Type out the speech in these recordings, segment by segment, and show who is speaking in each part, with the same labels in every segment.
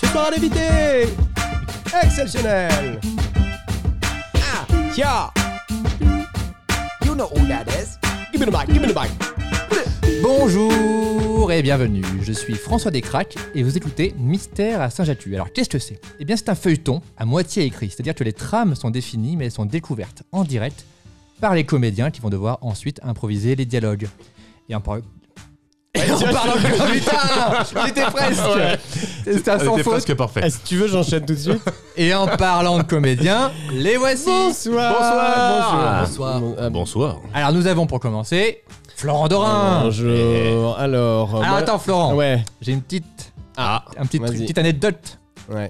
Speaker 1: sera l'invité Exceptionnel
Speaker 2: Ah, yeah. You know who that is.
Speaker 1: Give me the mic, give me the mic
Speaker 3: Bonjour et bienvenue, je suis François Descraques et vous écoutez Mystère à Saint-Jatu. Alors qu'est-ce que c'est Eh bien c'est un feuilleton à moitié écrit, c'est-à-dire que les trames sont définies mais elles sont découvertes en direct par les comédiens qui vont devoir ensuite improviser les dialogues. Et en, par- Et en parlant comme putain, j'étais presque. C'est un sans
Speaker 4: C'était
Speaker 3: faute.
Speaker 4: presque parfait.
Speaker 1: Ah, Si tu veux, j'enchaîne tout de suite.
Speaker 3: Et en parlant de comédiens, les voici.
Speaker 4: Bonsoir.
Speaker 1: Bonsoir
Speaker 3: Bonsoir.
Speaker 1: Bonjour
Speaker 4: Bonsoir.
Speaker 3: Alors nous avons pour commencer Florent Dorin.
Speaker 1: Bonjour Alors... euh,
Speaker 3: Alors
Speaker 1: moi-
Speaker 3: attends Florent,
Speaker 1: Ouais,
Speaker 3: j'ai une petite,
Speaker 4: Ah,
Speaker 3: un petit-
Speaker 1: Vas-y.
Speaker 3: une petite anecdote.
Speaker 1: ouais,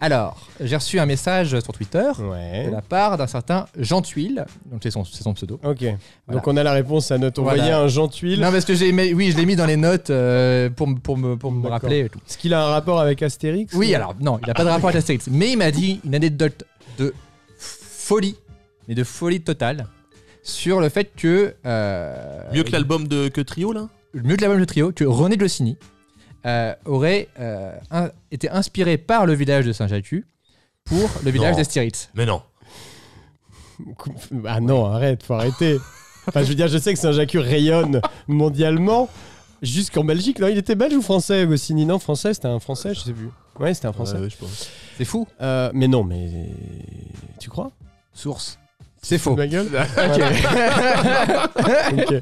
Speaker 3: Alors, j'ai reçu un message sur Twitter de
Speaker 1: ouais...
Speaker 3: la part d'un certain Jean Tuile, donc c'est son, c'est son pseudo.
Speaker 1: Ok, donc on a la réponse à notre envoyé
Speaker 3: Voilà.
Speaker 1: un Gentuil.
Speaker 3: Non, parce que j'ai aimé- oui, je l'ai mis dans les notes euh, pour, me- pour me, pour me
Speaker 1: D'accord.
Speaker 3: rappeler. et tout.
Speaker 1: Est-ce qu'il a un rapport avec Astérix
Speaker 3: Oui, alors, non, il n'a pas de rapport avec Astérix, mais il m'a dit une anecdote de folie, mais de folie totale, sur le fait que. euh,
Speaker 4: mieux que l'album de que Trio là
Speaker 3: mieux que l'album de trio, que René Goscinny euh, aurait euh, un- été inspiré par le village de Saint-Jacques pour le village
Speaker 4: Non.
Speaker 3: d'Astérix.
Speaker 4: Mais non.
Speaker 1: Ah non, arrête, faut arrêter. enfin, je veux dire, je sais que Saint-Jacques rayonne mondialement, jusqu'en Belgique. Non, il était belge ou français, Goscinny Non, français, c'était un français, je sais plus. Ouais, c'était un français.
Speaker 3: Euh,
Speaker 4: Ouais, ouais, je pense.
Speaker 3: C'est fou.
Speaker 1: Euh, mais non, mais tu crois
Speaker 3: Source. C'est faux.
Speaker 1: Ma gueule Voilà. Ok.
Speaker 3: Bon,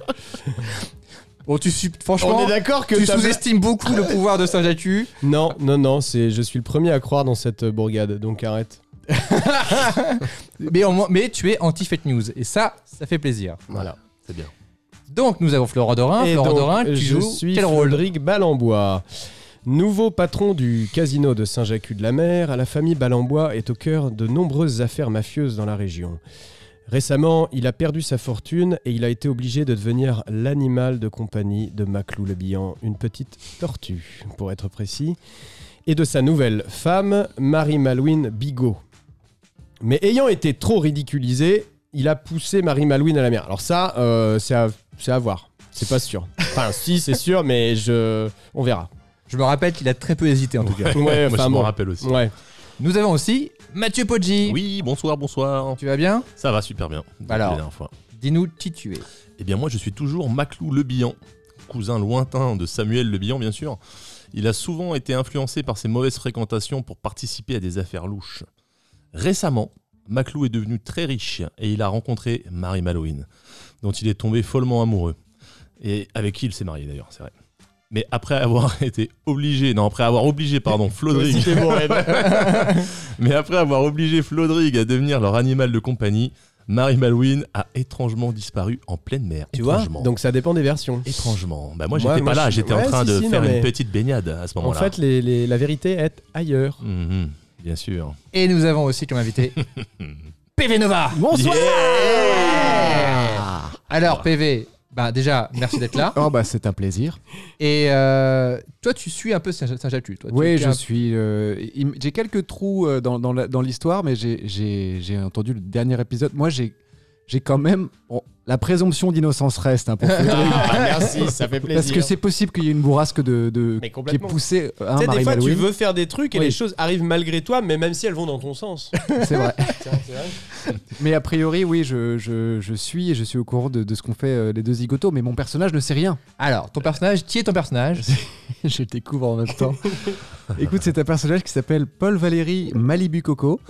Speaker 3: Oh, tu sup-
Speaker 1: On
Speaker 3: franchement,
Speaker 1: est d'accord que
Speaker 3: tu
Speaker 1: ta-
Speaker 3: sous-estimes beaucoup le pouvoir de Saint-Jacques.
Speaker 1: Non, non, non, c'est je suis le premier à croire dans cette euh, bourgade, donc arrête.
Speaker 3: mais, au moins- mais tu es anti-fake news. Et ça, ça fait plaisir.
Speaker 1: Voilà.
Speaker 4: C'est bien.
Speaker 3: Donc, nous avons Florent Dorin. Florent
Speaker 1: donc,
Speaker 3: Dorin, tu
Speaker 1: je
Speaker 3: joues
Speaker 1: suis
Speaker 3: quel rôle
Speaker 1: Rodrigue Balambois. Nouveau patron du casino de Saint-Jacques-de-la-Mer, la famille Balambois est au cœur de nombreuses affaires mafieuses dans la région. Récemment, il a perdu sa fortune et il a été obligé de devenir l'animal de compagnie de Maclou le Bihan, une petite tortue pour être précis, et de sa nouvelle femme, Marie-Malouine Bigot. Mais ayant été trop ridiculisé, il a poussé Marie-Malouine à la mer. Alors ça, euh, c'est à, c'est à voir. C'est pas sûr. Enfin, si, c'est sûr, mais je... on verra.
Speaker 3: Je me rappelle qu'il a très peu hésité en tout cas.
Speaker 1: Ouais,
Speaker 4: Ah, Moi, je
Speaker 1: enfin, bon.
Speaker 4: m'en rappelle aussi.
Speaker 1: Ouais.
Speaker 3: Nous avons aussi Mathieu Poggi.
Speaker 4: Oui, bonsoir, bonsoir.
Speaker 3: Tu vas bien
Speaker 4: Ça va super bien. depuis
Speaker 3: Alors.
Speaker 4: la dernière fois.
Speaker 3: Dis-nous qui tu es.
Speaker 4: Eh bien, moi, je suis toujours Maclou Le Bihan, cousin lointain de Samuel Le Bihan, bien sûr. Il a souvent été influencé par ses mauvaises fréquentations pour participer à des affaires louches. Récemment, Maclou est devenu très riche et il a rencontré Marie Malouine, dont il est tombé follement amoureux. Et avec qui il s'est marié d'ailleurs, c'est vrai. Mais après avoir été obligé, non, après avoir obligé, pardon, Flodrig.
Speaker 1: Aussi, t'es bon, ouais.
Speaker 4: Mais après avoir obligé Flodrig à devenir leur animal de compagnie, Marie Malouine a étrangement disparu en pleine mer.
Speaker 1: tu vois
Speaker 4: Étrangement.
Speaker 1: Donc ça dépend des versions.
Speaker 4: Étrangement. Bah moi
Speaker 1: Moi,
Speaker 4: j'étais
Speaker 1: moi,
Speaker 4: pas là,
Speaker 1: je-
Speaker 4: j'étais
Speaker 1: ouais,
Speaker 4: en train
Speaker 1: si,
Speaker 4: de
Speaker 1: si,
Speaker 4: faire
Speaker 1: non, mais-
Speaker 4: une petite baignade à ce
Speaker 1: En
Speaker 4: moment-là.
Speaker 1: fait, les- les- la vérité est ailleurs.
Speaker 4: Mhm, bien sûr.
Speaker 3: Et nous avons aussi comme invité PV Nova.
Speaker 5: Bonsoir
Speaker 3: Eh. Alors PV, bah déjà merci d'être là.
Speaker 5: Oh bah c'est un plaisir.
Speaker 3: Et euh, toi tu suis un peu Saint- Saint-Jacques. toi. Tu-
Speaker 5: Oui,
Speaker 3: tu es
Speaker 5: je
Speaker 3: un-
Speaker 5: suis. euh, im- j'ai quelques trous euh, dans, dans la- dans l'histoire, mais j'ai- j'ai j'ai entendu le dernier épisode. Moi, j'ai j'ai quand même bon, la présomption d'innocence reste. hein, pour tout dire.
Speaker 1: Ah, merci, ça fait plaisir.
Speaker 5: parce que c'est possible qu'il y ait une bourrasque de, de-
Speaker 1: Mais
Speaker 5: qui est
Speaker 1: complètement.
Speaker 5: poussée hein, à
Speaker 1: Tu sais, des
Speaker 5: Marie
Speaker 1: fois, tu
Speaker 5: Malouine.
Speaker 1: veux faire des trucs et
Speaker 5: Oui.
Speaker 1: les choses arrivent malgré toi, mais même si elles vont dans ton sens.
Speaker 5: C'est vrai.
Speaker 1: Tiens, c'est vrai.
Speaker 5: Mais a priori, oui, je, je, je suis et je suis au courant de, de ce qu'ont fait euh, les deux zigotos, mais mon personnage ne sait rien.
Speaker 3: Alors ton personnage, qui est ton personnage
Speaker 5: je le découvre en même temps. Écoute, c'est un personnage qui s'appelle Paul Valéry Malibu Coco.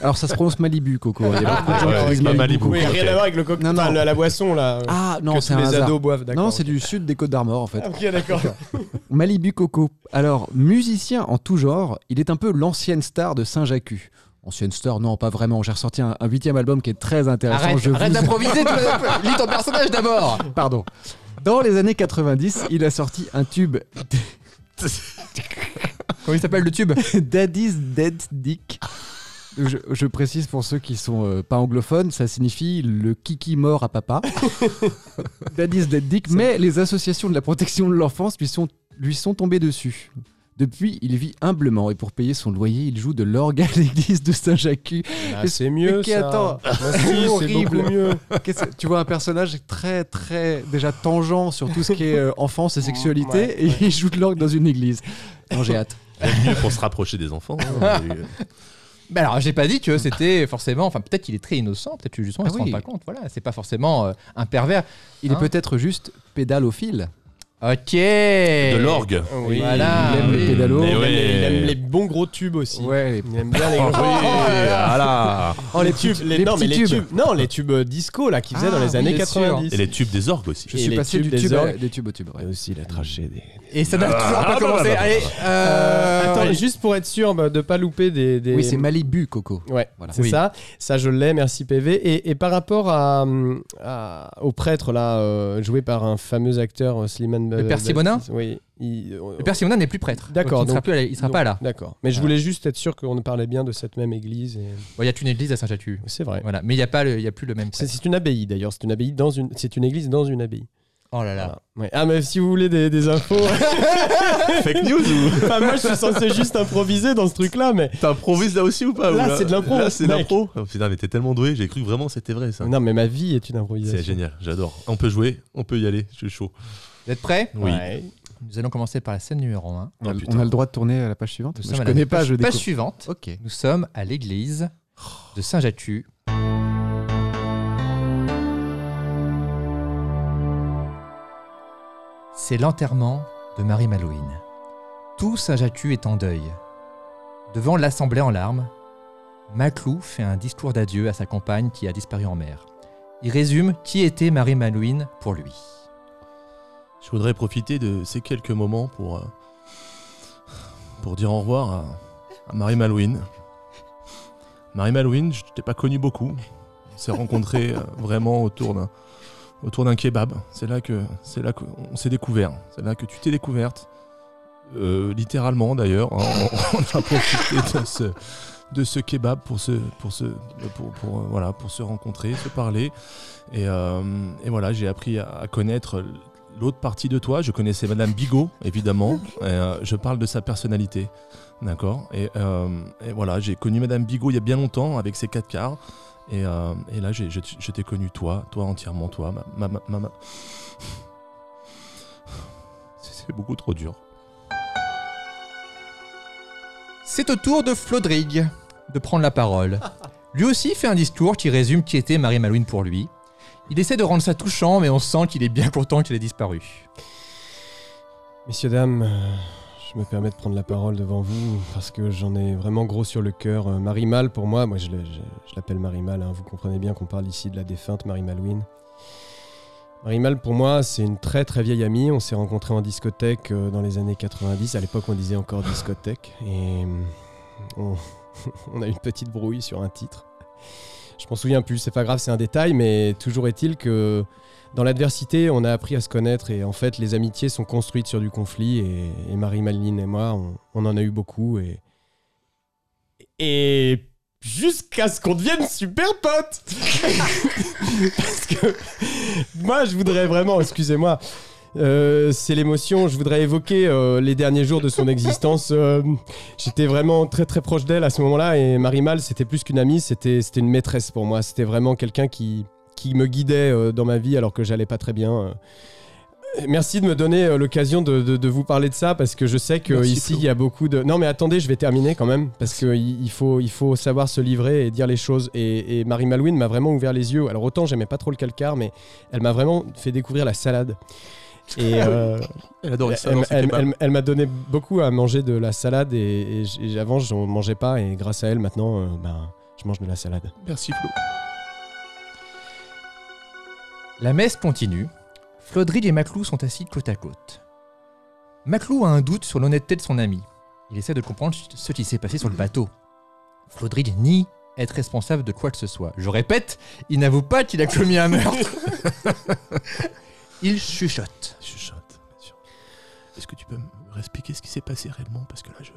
Speaker 5: Alors ça se prononce Malibu Coco. hein, Il y a beaucoup de gens
Speaker 4: Ouais,
Speaker 5: qui
Speaker 4: c'est
Speaker 5: disent
Speaker 4: pas Malibu.
Speaker 1: Oui,
Speaker 4: Ok.
Speaker 1: rien à voir avec le cocktail,
Speaker 5: Non, non.
Speaker 1: enfin, La, la boisson là.
Speaker 5: Ah non,
Speaker 1: que
Speaker 5: c'est
Speaker 1: tous
Speaker 5: un
Speaker 1: les
Speaker 5: hasard.
Speaker 1: ados boivent, d'accord.
Speaker 5: Non, c'est du sud des Côtes d'Armor en fait.
Speaker 1: Ok, d'accord.
Speaker 5: Malibu Coco. Alors, musicien en tout genre, il est un peu l'ancienne star de Saint-Jacques. Ancienne star, non, pas vraiment. J'ai ressorti un un huitième album qui est très intéressant.
Speaker 3: Arrête,
Speaker 5: je
Speaker 3: arrête
Speaker 5: vous-
Speaker 3: d'improviser, tout le- lis ton personnage d'abord.
Speaker 5: Pardon. Dans les années 90, il a sorti un tube
Speaker 3: Comment il s'appelle le tube
Speaker 5: Daddy's Dead Dick. Je, je précise pour ceux qui sont euh, pas anglophones, ça signifie le kiki mort à papa. Daddy's Dead Dick, mais les associations de la protection de l'enfance lui sont, lui sont tombées dessus. Depuis, il vit humblement et pour payer son loyer, il joue de l'orgue à l'église de Saint-Jacques.
Speaker 1: Ah, c'est mieux.
Speaker 5: Ok,
Speaker 1: ça.
Speaker 5: attends.
Speaker 1: Moi, si, c'est
Speaker 5: Horrible.
Speaker 1: beaucoup mieux.
Speaker 5: Qu'est-ce que- Tu vois un personnage très, très déjà tangent sur tout ce qui est euh, enfance et sexualité
Speaker 1: Ouais, ouais.
Speaker 5: et il joue de l'orgue dans une église. Non, j'ai hâte.
Speaker 4: Bienvenue pour se rapprocher des enfants. hein, mais, euh,
Speaker 3: Bah alors, j'ai pas dit que c'était forcément. Enfin, peut-être qu'il est très innocent, peut-être que justement, il
Speaker 5: Ah
Speaker 3: se
Speaker 5: oui.
Speaker 3: rend pas compte. Voilà, c'est pas forcément euh, un pervers.
Speaker 5: Il
Speaker 3: Hein
Speaker 5: est peut-être juste pédalophile.
Speaker 3: Ok
Speaker 4: de l'orgue. Mhm.
Speaker 1: Oui,
Speaker 3: Voilà.
Speaker 1: il aime
Speaker 5: oui.
Speaker 1: les pédalos,
Speaker 4: Mais
Speaker 1: il, aime
Speaker 4: ouais.
Speaker 1: les, il aime les bons gros tubes aussi.
Speaker 5: Ouais.
Speaker 1: Il aime bien les gros
Speaker 4: Oui, voilà.
Speaker 1: Oh, les, tubes, les,
Speaker 5: les
Speaker 1: non, mais
Speaker 5: petits
Speaker 1: les
Speaker 5: tubes.
Speaker 1: tubes, non, les tubes euh, disco là qu'ils faisaient
Speaker 5: Ah,
Speaker 1: dans les
Speaker 5: oui,
Speaker 1: années
Speaker 5: bien sûr.
Speaker 1: 90.
Speaker 4: Et les tubes des orgues aussi.
Speaker 5: Je
Speaker 1: Et
Speaker 5: suis
Speaker 1: les
Speaker 5: passé
Speaker 1: tubes
Speaker 5: du
Speaker 1: des
Speaker 5: tube, à-
Speaker 1: orgues.
Speaker 5: des tubes au tube. ouais.
Speaker 1: Et aussi la trachée des.
Speaker 3: Et ça n'a toujours
Speaker 4: Ah,
Speaker 3: pas
Speaker 4: bah,
Speaker 3: commencé.
Speaker 4: bah, bah,
Speaker 3: Allez,
Speaker 4: bah,
Speaker 3: euh,
Speaker 1: Attends, juste pour être sûr bah, de pas louper des. des-
Speaker 5: Oui, c'est Malibu, Coco.
Speaker 1: Ouais,
Speaker 5: Voilà.
Speaker 1: c'est
Speaker 5: Oui.
Speaker 1: ça. Ça, je l'ai, merci PV. Et, et par rapport à, hum, à- au prêtre, là, euh, joué par un fameux acteur, euh, Sliman.
Speaker 3: Le père Simonin
Speaker 1: Oui. il- euh, on-
Speaker 3: Le père Simonin n'est plus prêtre. Donc,
Speaker 1: D'accord,
Speaker 3: il ne sera,
Speaker 1: donc-
Speaker 3: plus à la- il sera
Speaker 1: donc,
Speaker 3: pas là.
Speaker 1: D'accord. Mais je voulais juste être sûr qu'on parlait bien de cette même église. et-
Speaker 3: Bon, Il y a une église à Saint-Jatu.
Speaker 1: C'est vrai.
Speaker 3: Voilà. Mais il n'y a, pas le- il y a plus le même
Speaker 1: C'est
Speaker 3: prêtre.
Speaker 1: c'est une abbaye d'ailleurs, c'est une abbaye dans une, c'est une église dans une abbaye.
Speaker 3: Oh là là.
Speaker 1: Voilà. Ouais. Ah mais si vous voulez des, des infos,
Speaker 4: Fake news ou
Speaker 1: Enfin, moi je suis censé juste improviser dans ce truc-là, mais
Speaker 4: T'improvises là aussi ou pas
Speaker 1: Là,
Speaker 4: ou
Speaker 1: c'est de l'impro,
Speaker 4: Là, c'est de
Speaker 1: mec.
Speaker 4: l'impro. Oh, putain, mais t'es tellement doué, j'ai cru que vraiment c'était vrai ça.
Speaker 1: non mais ma vie est une improvisation.
Speaker 4: C'est génial, j'adore. On peut jouer, on peut y aller, je suis chaud.
Speaker 3: Vous êtes prêts
Speaker 4: Oui.
Speaker 1: Ouais.
Speaker 3: Nous allons commencer par la scène numéro 1.
Speaker 4: Oh,
Speaker 5: On a-
Speaker 4: putain.
Speaker 5: on a le droit de tourner à la page suivante. Je
Speaker 3: à la
Speaker 5: connais pas,
Speaker 3: page,
Speaker 5: je
Speaker 3: page
Speaker 5: découvre.
Speaker 3: suivante.
Speaker 5: Ok.
Speaker 3: Nous sommes à l'église de Saint-Jatu. C'est l'enterrement de Marie Malouine. Tout Saint-Jatu est en deuil. Devant l'assemblée en larmes, Maclou fait un discours d'adieu à sa compagne qui a disparu en mer. Il résume qui était Marie Malouine pour lui.
Speaker 4: Je voudrais profiter de ces quelques moments pour, euh, pour dire au revoir à, à Marie Malouine. Marie Malouine, je t'ai pas connu beaucoup. On s'est rencontrés euh, vraiment autour d'un autour d'un kebab. C'est là que c'est là qu'on s'est découvert. C'est là que tu t'es découverte. Euh, littéralement d'ailleurs, hein. on, on a profité de ce, de ce kebab pour se pour se pour, pour, euh, voilà pour se rencontrer, se parler. Et, euh, et voilà, j'ai appris à- à connaître l'autre partie de toi, je connaissais Madame Bigot, évidemment. et, euh, je parle de sa personnalité. D'accord et, euh, et voilà, j'ai connu Madame Bigot il y a bien longtemps avec ses quatre quarts. Et, euh, et là, j'ai- je, t- je t'ai connu toi, toi entièrement, toi. Ma, ma, ma- ma- ma- C'est c'est beaucoup trop dur.
Speaker 3: C'est au tour de Flodrig de prendre la parole. Lui aussi fait un discours qui résume qui était Marie Malouine pour lui. Il essaie de rendre ça touchant, mais on sent qu'il est bien content qu'il ait disparu.
Speaker 1: Messieurs dames, euh, je me permets de prendre la parole devant vous parce que j'en ai vraiment gros sur le cœur. Euh, Marie Mal pour moi, moi je, l'ai- je- je l'appelle Marie Mal. hein, vous comprenez bien qu'on parle ici de la défunte Marie Malouine. Marie Mal pour moi, c'est une très très vieille amie. On s'est rencontrés en discothèque euh, dans les années 90. À l'époque, on disait encore discothèque. Et euh, on, on a eu une petite brouille sur un titre. Je m'en souviens plus, c'est pas grave, c'est un détail, mais toujours est-il que dans l'adversité, on a appris à se connaître et en fait, les amitiés sont construites sur du conflit. Et, et Marie-Maline et moi, on, on en a eu beaucoup. Et. Et. Jusqu'à ce qu'on devienne super potes Parce que. Moi, je voudrais vraiment, excusez-moi, euh, c'est l'émotion, je voudrais évoquer euh, les derniers jours de son existence. Euh, J'étais vraiment très très proche d'elle à ce moment-là et Marie Mal, c'était plus qu'une amie, c'était c'était une maîtresse pour moi. C'était vraiment quelqu'un qui qui me guidait euh, dans ma vie alors que j'allais pas très bien. euh. Merci de me donner euh, l'occasion de, de- de vous parler de ça parce que je sais que
Speaker 4: Merci,
Speaker 1: ici
Speaker 4: Flo.
Speaker 1: il y a beaucoup de. Non mais attendez, je vais terminer quand même parce que il il faut il faut savoir se livrer et dire les choses. Et, et Marie Malouine m'a vraiment ouvert les yeux. Alors autant j'aimais pas trop le calcaire, mais elle m'a vraiment fait découvrir la salade. Et euh,
Speaker 4: Elle adorait ça.
Speaker 1: elle,
Speaker 4: dans ce
Speaker 1: elle-
Speaker 4: kebab.
Speaker 1: elle- elle m'a donné beaucoup à manger de la salade et, et j- et avant j'en mangeais pas et grâce à elle maintenant euh, ben, je mange de la salade.
Speaker 4: Merci Flo.
Speaker 3: La messe continue. Flodrig et Maclou sont assis côte à côte. Maclou a un doute sur l'honnêteté de son ami. Il essaie de comprendre ce qui s'est passé sur le bateau. Flodrig nie être responsable de quoi que ce soit. Je répète, il n'avoue pas qu'il a commis un meurtre. il chuchote.
Speaker 4: Chuchote, bien sûr. Est-ce que tu peux me expliquer ce qui s'est passé réellement Parce que là, je...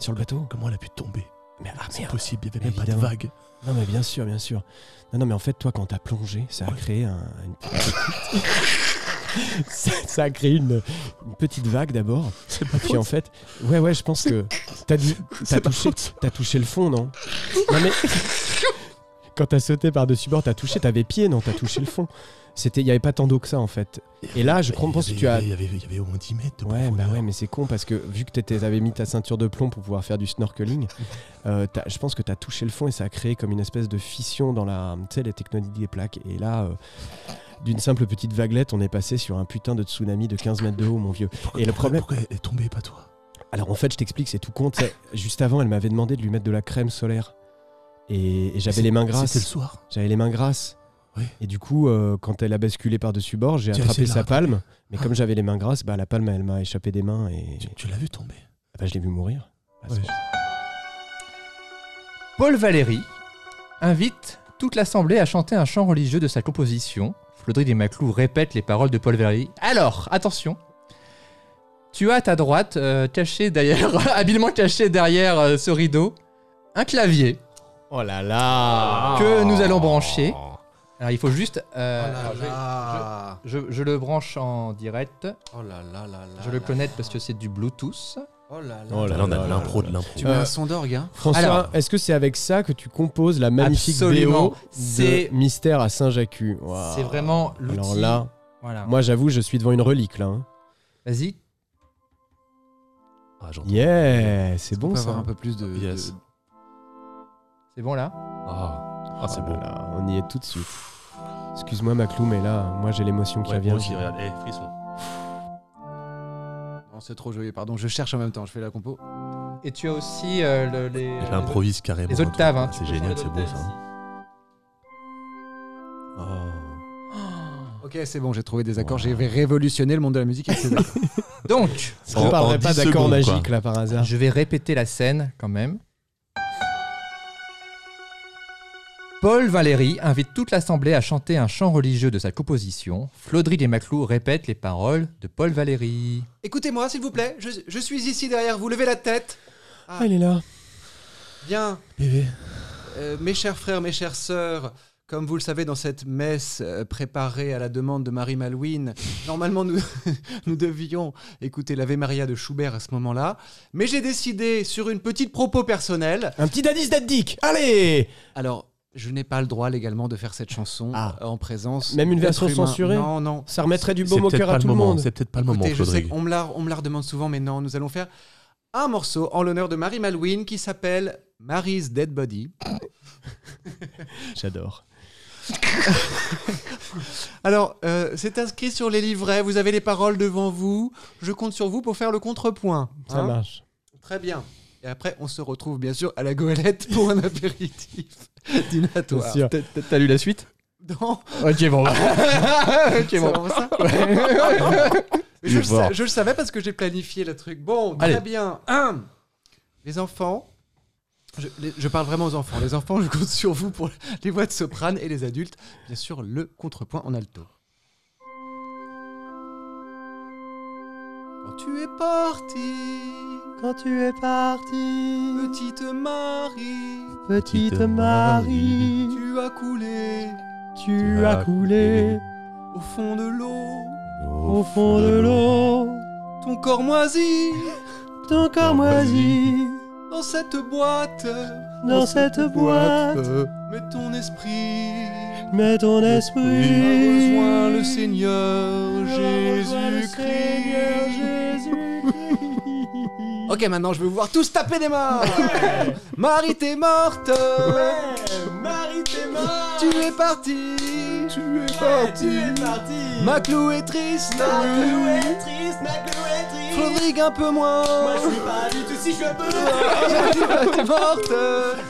Speaker 1: Sur le bateau
Speaker 4: comment elle a pu tomber
Speaker 1: Mais ah
Speaker 4: C'est
Speaker 1: merde
Speaker 4: impossible, il n'y avait
Speaker 1: Mais
Speaker 4: même pas de
Speaker 1: évidemment.
Speaker 4: vague.
Speaker 1: Non mais bien sûr, bien sûr. Non non mais en fait toi quand t'as plongé, ça a créé un- une petite- ça, ça a créé une, une petite vague d'abord.
Speaker 4: C'est
Speaker 1: Et
Speaker 4: pas
Speaker 1: puis en
Speaker 4: faute.
Speaker 1: fait, ouais ouais je pense que t'as dû- t'as
Speaker 4: C'est pas
Speaker 1: touché,
Speaker 4: faute.
Speaker 1: t'as touché le fond non Non mais quand t'as sauté par-dessus bord, t'as touché, t'avais pied, non, t'as touché le fond. C'était, il y avait pas tant d'eau que ça en fait. Et là, je comprends ce que tu as.
Speaker 4: Il y avait, il y avait au moins 10 mètres de
Speaker 1: Ouais, bah
Speaker 4: profondeur.
Speaker 1: ouais, mais c'est con parce que vu que t'étais- t'avais mis ta ceinture de plomb pour pouvoir faire du snorkeling, euh, t'as- je pense que t'as touché le fond et ça a créé comme une espèce de fission dans la, tu sais, les tectoniques des plaques. Et là, euh, d'une simple petite vaguelette, on est passé sur un putain de tsunami de 15 mètres de haut, mon vieux.
Speaker 4: Pourquoi-
Speaker 1: Et le
Speaker 4: pourquoi-
Speaker 1: problème-
Speaker 4: Pourquoi elle est tombée, pas toi
Speaker 1: Alors en fait, je t'explique, c'est tout con. tu sais, Juste avant, elle m'avait demandé de lui mettre de la crème solaire. Et, et j'avais
Speaker 4: C'est-
Speaker 1: les mains
Speaker 4: C'était le
Speaker 1: grasses.
Speaker 4: soir.
Speaker 1: J'avais les mains grasses.
Speaker 4: Ouais.
Speaker 1: Et du coup, euh, quand elle a basculé par-dessus bord, j'ai
Speaker 4: Tu as
Speaker 1: attrapé
Speaker 4: essayé de la
Speaker 1: sa
Speaker 4: rattraper. Ah.
Speaker 1: palme. Mais comme j'avais les mains grasses, bah, la palme, elle m'a échappé des mains et
Speaker 4: Tu, tu l'as vu tomber.
Speaker 1: Ah bah, je l'ai vu mourir. Bah,
Speaker 4: Ouais.
Speaker 1: c'est bon.
Speaker 3: Paul Valéry invite toute l'assemblée à chanter un chant religieux de sa composition. Flodrig et Maclou répètent les paroles de Paul Valéry. Alors, attention. Tu as à ta droite, euh, caché derrière, habilement caché derrière euh, ce rideau, un clavier
Speaker 1: Oh là
Speaker 4: Ah
Speaker 1: là
Speaker 5: Ah.
Speaker 3: que nous allons brancher. Alors, il faut juste. euh, alors, je vais-
Speaker 5: Oh là
Speaker 3: je, je le branche en direct.
Speaker 5: Oh là là là
Speaker 3: Je le connecte parce que c'est du Bluetooth.
Speaker 5: Oh là
Speaker 1: Oh
Speaker 4: Là, on a de l'impro, de l'impro.
Speaker 5: Tu
Speaker 1: Euh,
Speaker 5: mets un son d'orgue, hein
Speaker 1: François,
Speaker 3: Alors-
Speaker 1: est-ce que c'est avec ça que tu composes la magnifique
Speaker 3: Absolument.
Speaker 1: BO
Speaker 3: C'est-
Speaker 1: de Mystère à Saint-Jacques Waouh.
Speaker 3: C'est vraiment l'outil.
Speaker 1: Alors là,
Speaker 3: Voilà.
Speaker 1: moi j'avoue, je suis devant une relique là. hein.
Speaker 3: Vas-y.
Speaker 4: Ah, j'entends.
Speaker 1: Yeah, c'est
Speaker 5: On
Speaker 1: bon
Speaker 5: peut
Speaker 1: ça.
Speaker 5: avoir un peu plus de.
Speaker 4: Yes.
Speaker 5: de-
Speaker 3: C'est bon là
Speaker 4: Ah, Ah, c'est
Speaker 1: Oh
Speaker 4: beau.
Speaker 1: là là, on y est tout de suite. Excuse-moi Maclou, mais là, moi j'ai l'émotion qui
Speaker 4: Ouais,
Speaker 1: vient.
Speaker 4: moi aussi, regarde. Eh, frisson.
Speaker 5: Non, c'est trop joli, pardon, je cherche en même temps, je fais la compo.
Speaker 3: Et tu as aussi euh, le- les.
Speaker 4: Et
Speaker 3: les
Speaker 4: J'improvise carrément.
Speaker 3: Les octaves, hein,
Speaker 4: un truc.
Speaker 3: tu
Speaker 4: Ah, C'est
Speaker 3: peux
Speaker 4: génial, c'est
Speaker 3: prendre les
Speaker 4: beau
Speaker 3: octaves
Speaker 4: ça. Ah. Oh.
Speaker 5: Ok, c'est bon, j'ai trouvé des accords, j'ai révolutionné le monde de la musique avec ces accords.
Speaker 3: aussi. Donc,
Speaker 1: On
Speaker 4: En-
Speaker 1: ne
Speaker 4: en
Speaker 1: parlerait
Speaker 4: 10
Speaker 1: pas d'accord
Speaker 4: secondes,
Speaker 1: magique
Speaker 4: quoi.
Speaker 1: là par hasard.
Speaker 3: je vais répéter la scène quand même. Paul Valéry invite toute l'assemblée à chanter un chant religieux de sa composition. Flaudry et Maclou répètent les paroles de Paul Valéry.
Speaker 5: Écoutez-moi, s'il vous plaît, je, je suis ici derrière vous, levez la tête. Ah.
Speaker 1: Ah, elle est là.
Speaker 5: Bien,
Speaker 4: Bébé.
Speaker 5: Euh, mes chers frères, mes chères sœurs, comme vous le savez, dans cette messe euh, préparée à la demande de Marie Malouine, normalement nous, nous devions écouter l'Ave Maria de Schubert à ce moment-là, mais j'ai décidé sur une petite propos personnelle.
Speaker 1: Un petit dadis d'Addick. Allez
Speaker 5: Alors, je n'ai pas le droit légalement de faire cette chanson
Speaker 1: Ah.
Speaker 5: euh, en présence.
Speaker 1: Même une
Speaker 5: d'êtres
Speaker 1: version
Speaker 5: humains.
Speaker 1: censurée
Speaker 5: Non, non.
Speaker 1: Ça remettrait du
Speaker 4: C'est
Speaker 1: baume au
Speaker 4: peut-être
Speaker 1: cœur à
Speaker 4: pas le
Speaker 1: tout le
Speaker 4: moment.
Speaker 1: monde.
Speaker 4: C'est peut-être pas le moment,
Speaker 5: Écoutez, je sais
Speaker 4: Rodrigue.
Speaker 5: qu'on me la, on me la redemande souvent, mais non, nous allons faire un morceau en l'honneur de Marie Malouine qui s'appelle Mary's Dead Body.
Speaker 1: J'adore.
Speaker 5: Alors, euh, c'est inscrit sur les livrets, vous avez les paroles devant vous. Je compte sur vous pour faire le contrepoint.
Speaker 1: Ça
Speaker 5: hein
Speaker 1: marche.
Speaker 5: Très bien. Et après, on se retrouve bien sûr à la goélette pour un apéritif dînatoire.
Speaker 1: sûr.
Speaker 3: T'as lu la suite
Speaker 5: Non,
Speaker 3: Ok, bon. bah. ok,
Speaker 5: c'est
Speaker 3: bon.
Speaker 5: vraiment ça Mais
Speaker 1: Il
Speaker 5: je,
Speaker 1: est
Speaker 5: le
Speaker 1: fort.
Speaker 5: sais- je le savais parce que j'ai planifié le truc. Bon,
Speaker 3: Allez.
Speaker 5: très bien. Un, les enfants. Je, les- je parle vraiment aux enfants. Les enfants, je compte sur vous pour les voix de soprane et les adultes. Bien sûr, le contrepoint en alto. Quand tu es parti,
Speaker 1: Quand tu es parti,
Speaker 5: petite Marie,
Speaker 1: petite
Speaker 4: Marie,
Speaker 5: tu as coulé
Speaker 1: Mm. tu as coulé
Speaker 5: au fond de l'eau.
Speaker 1: au fond de l'eau,
Speaker 5: Ton corps moisi
Speaker 1: ton corps moisi
Speaker 5: dans cette boîte,
Speaker 1: dans cette boîte.
Speaker 5: mais ton esprit
Speaker 1: Mais ton esprit
Speaker 5: Rejoins le Seigneur
Speaker 1: rejoint le Seigneur
Speaker 5: Jésus-Christ. Ok, maintenant je veux vous voir tous taper des mains. Marie t'es morte.
Speaker 1: Marie t'es morte,
Speaker 5: Tu es parti. Tu es
Speaker 1: tu es parti.
Speaker 5: Maclou est triste.
Speaker 1: Maclou est triste, Maclou est triste.
Speaker 5: Rodrigue un peu moins.
Speaker 1: Moi je suis pas du tout si je suis un peu
Speaker 5: Marie t'es morte.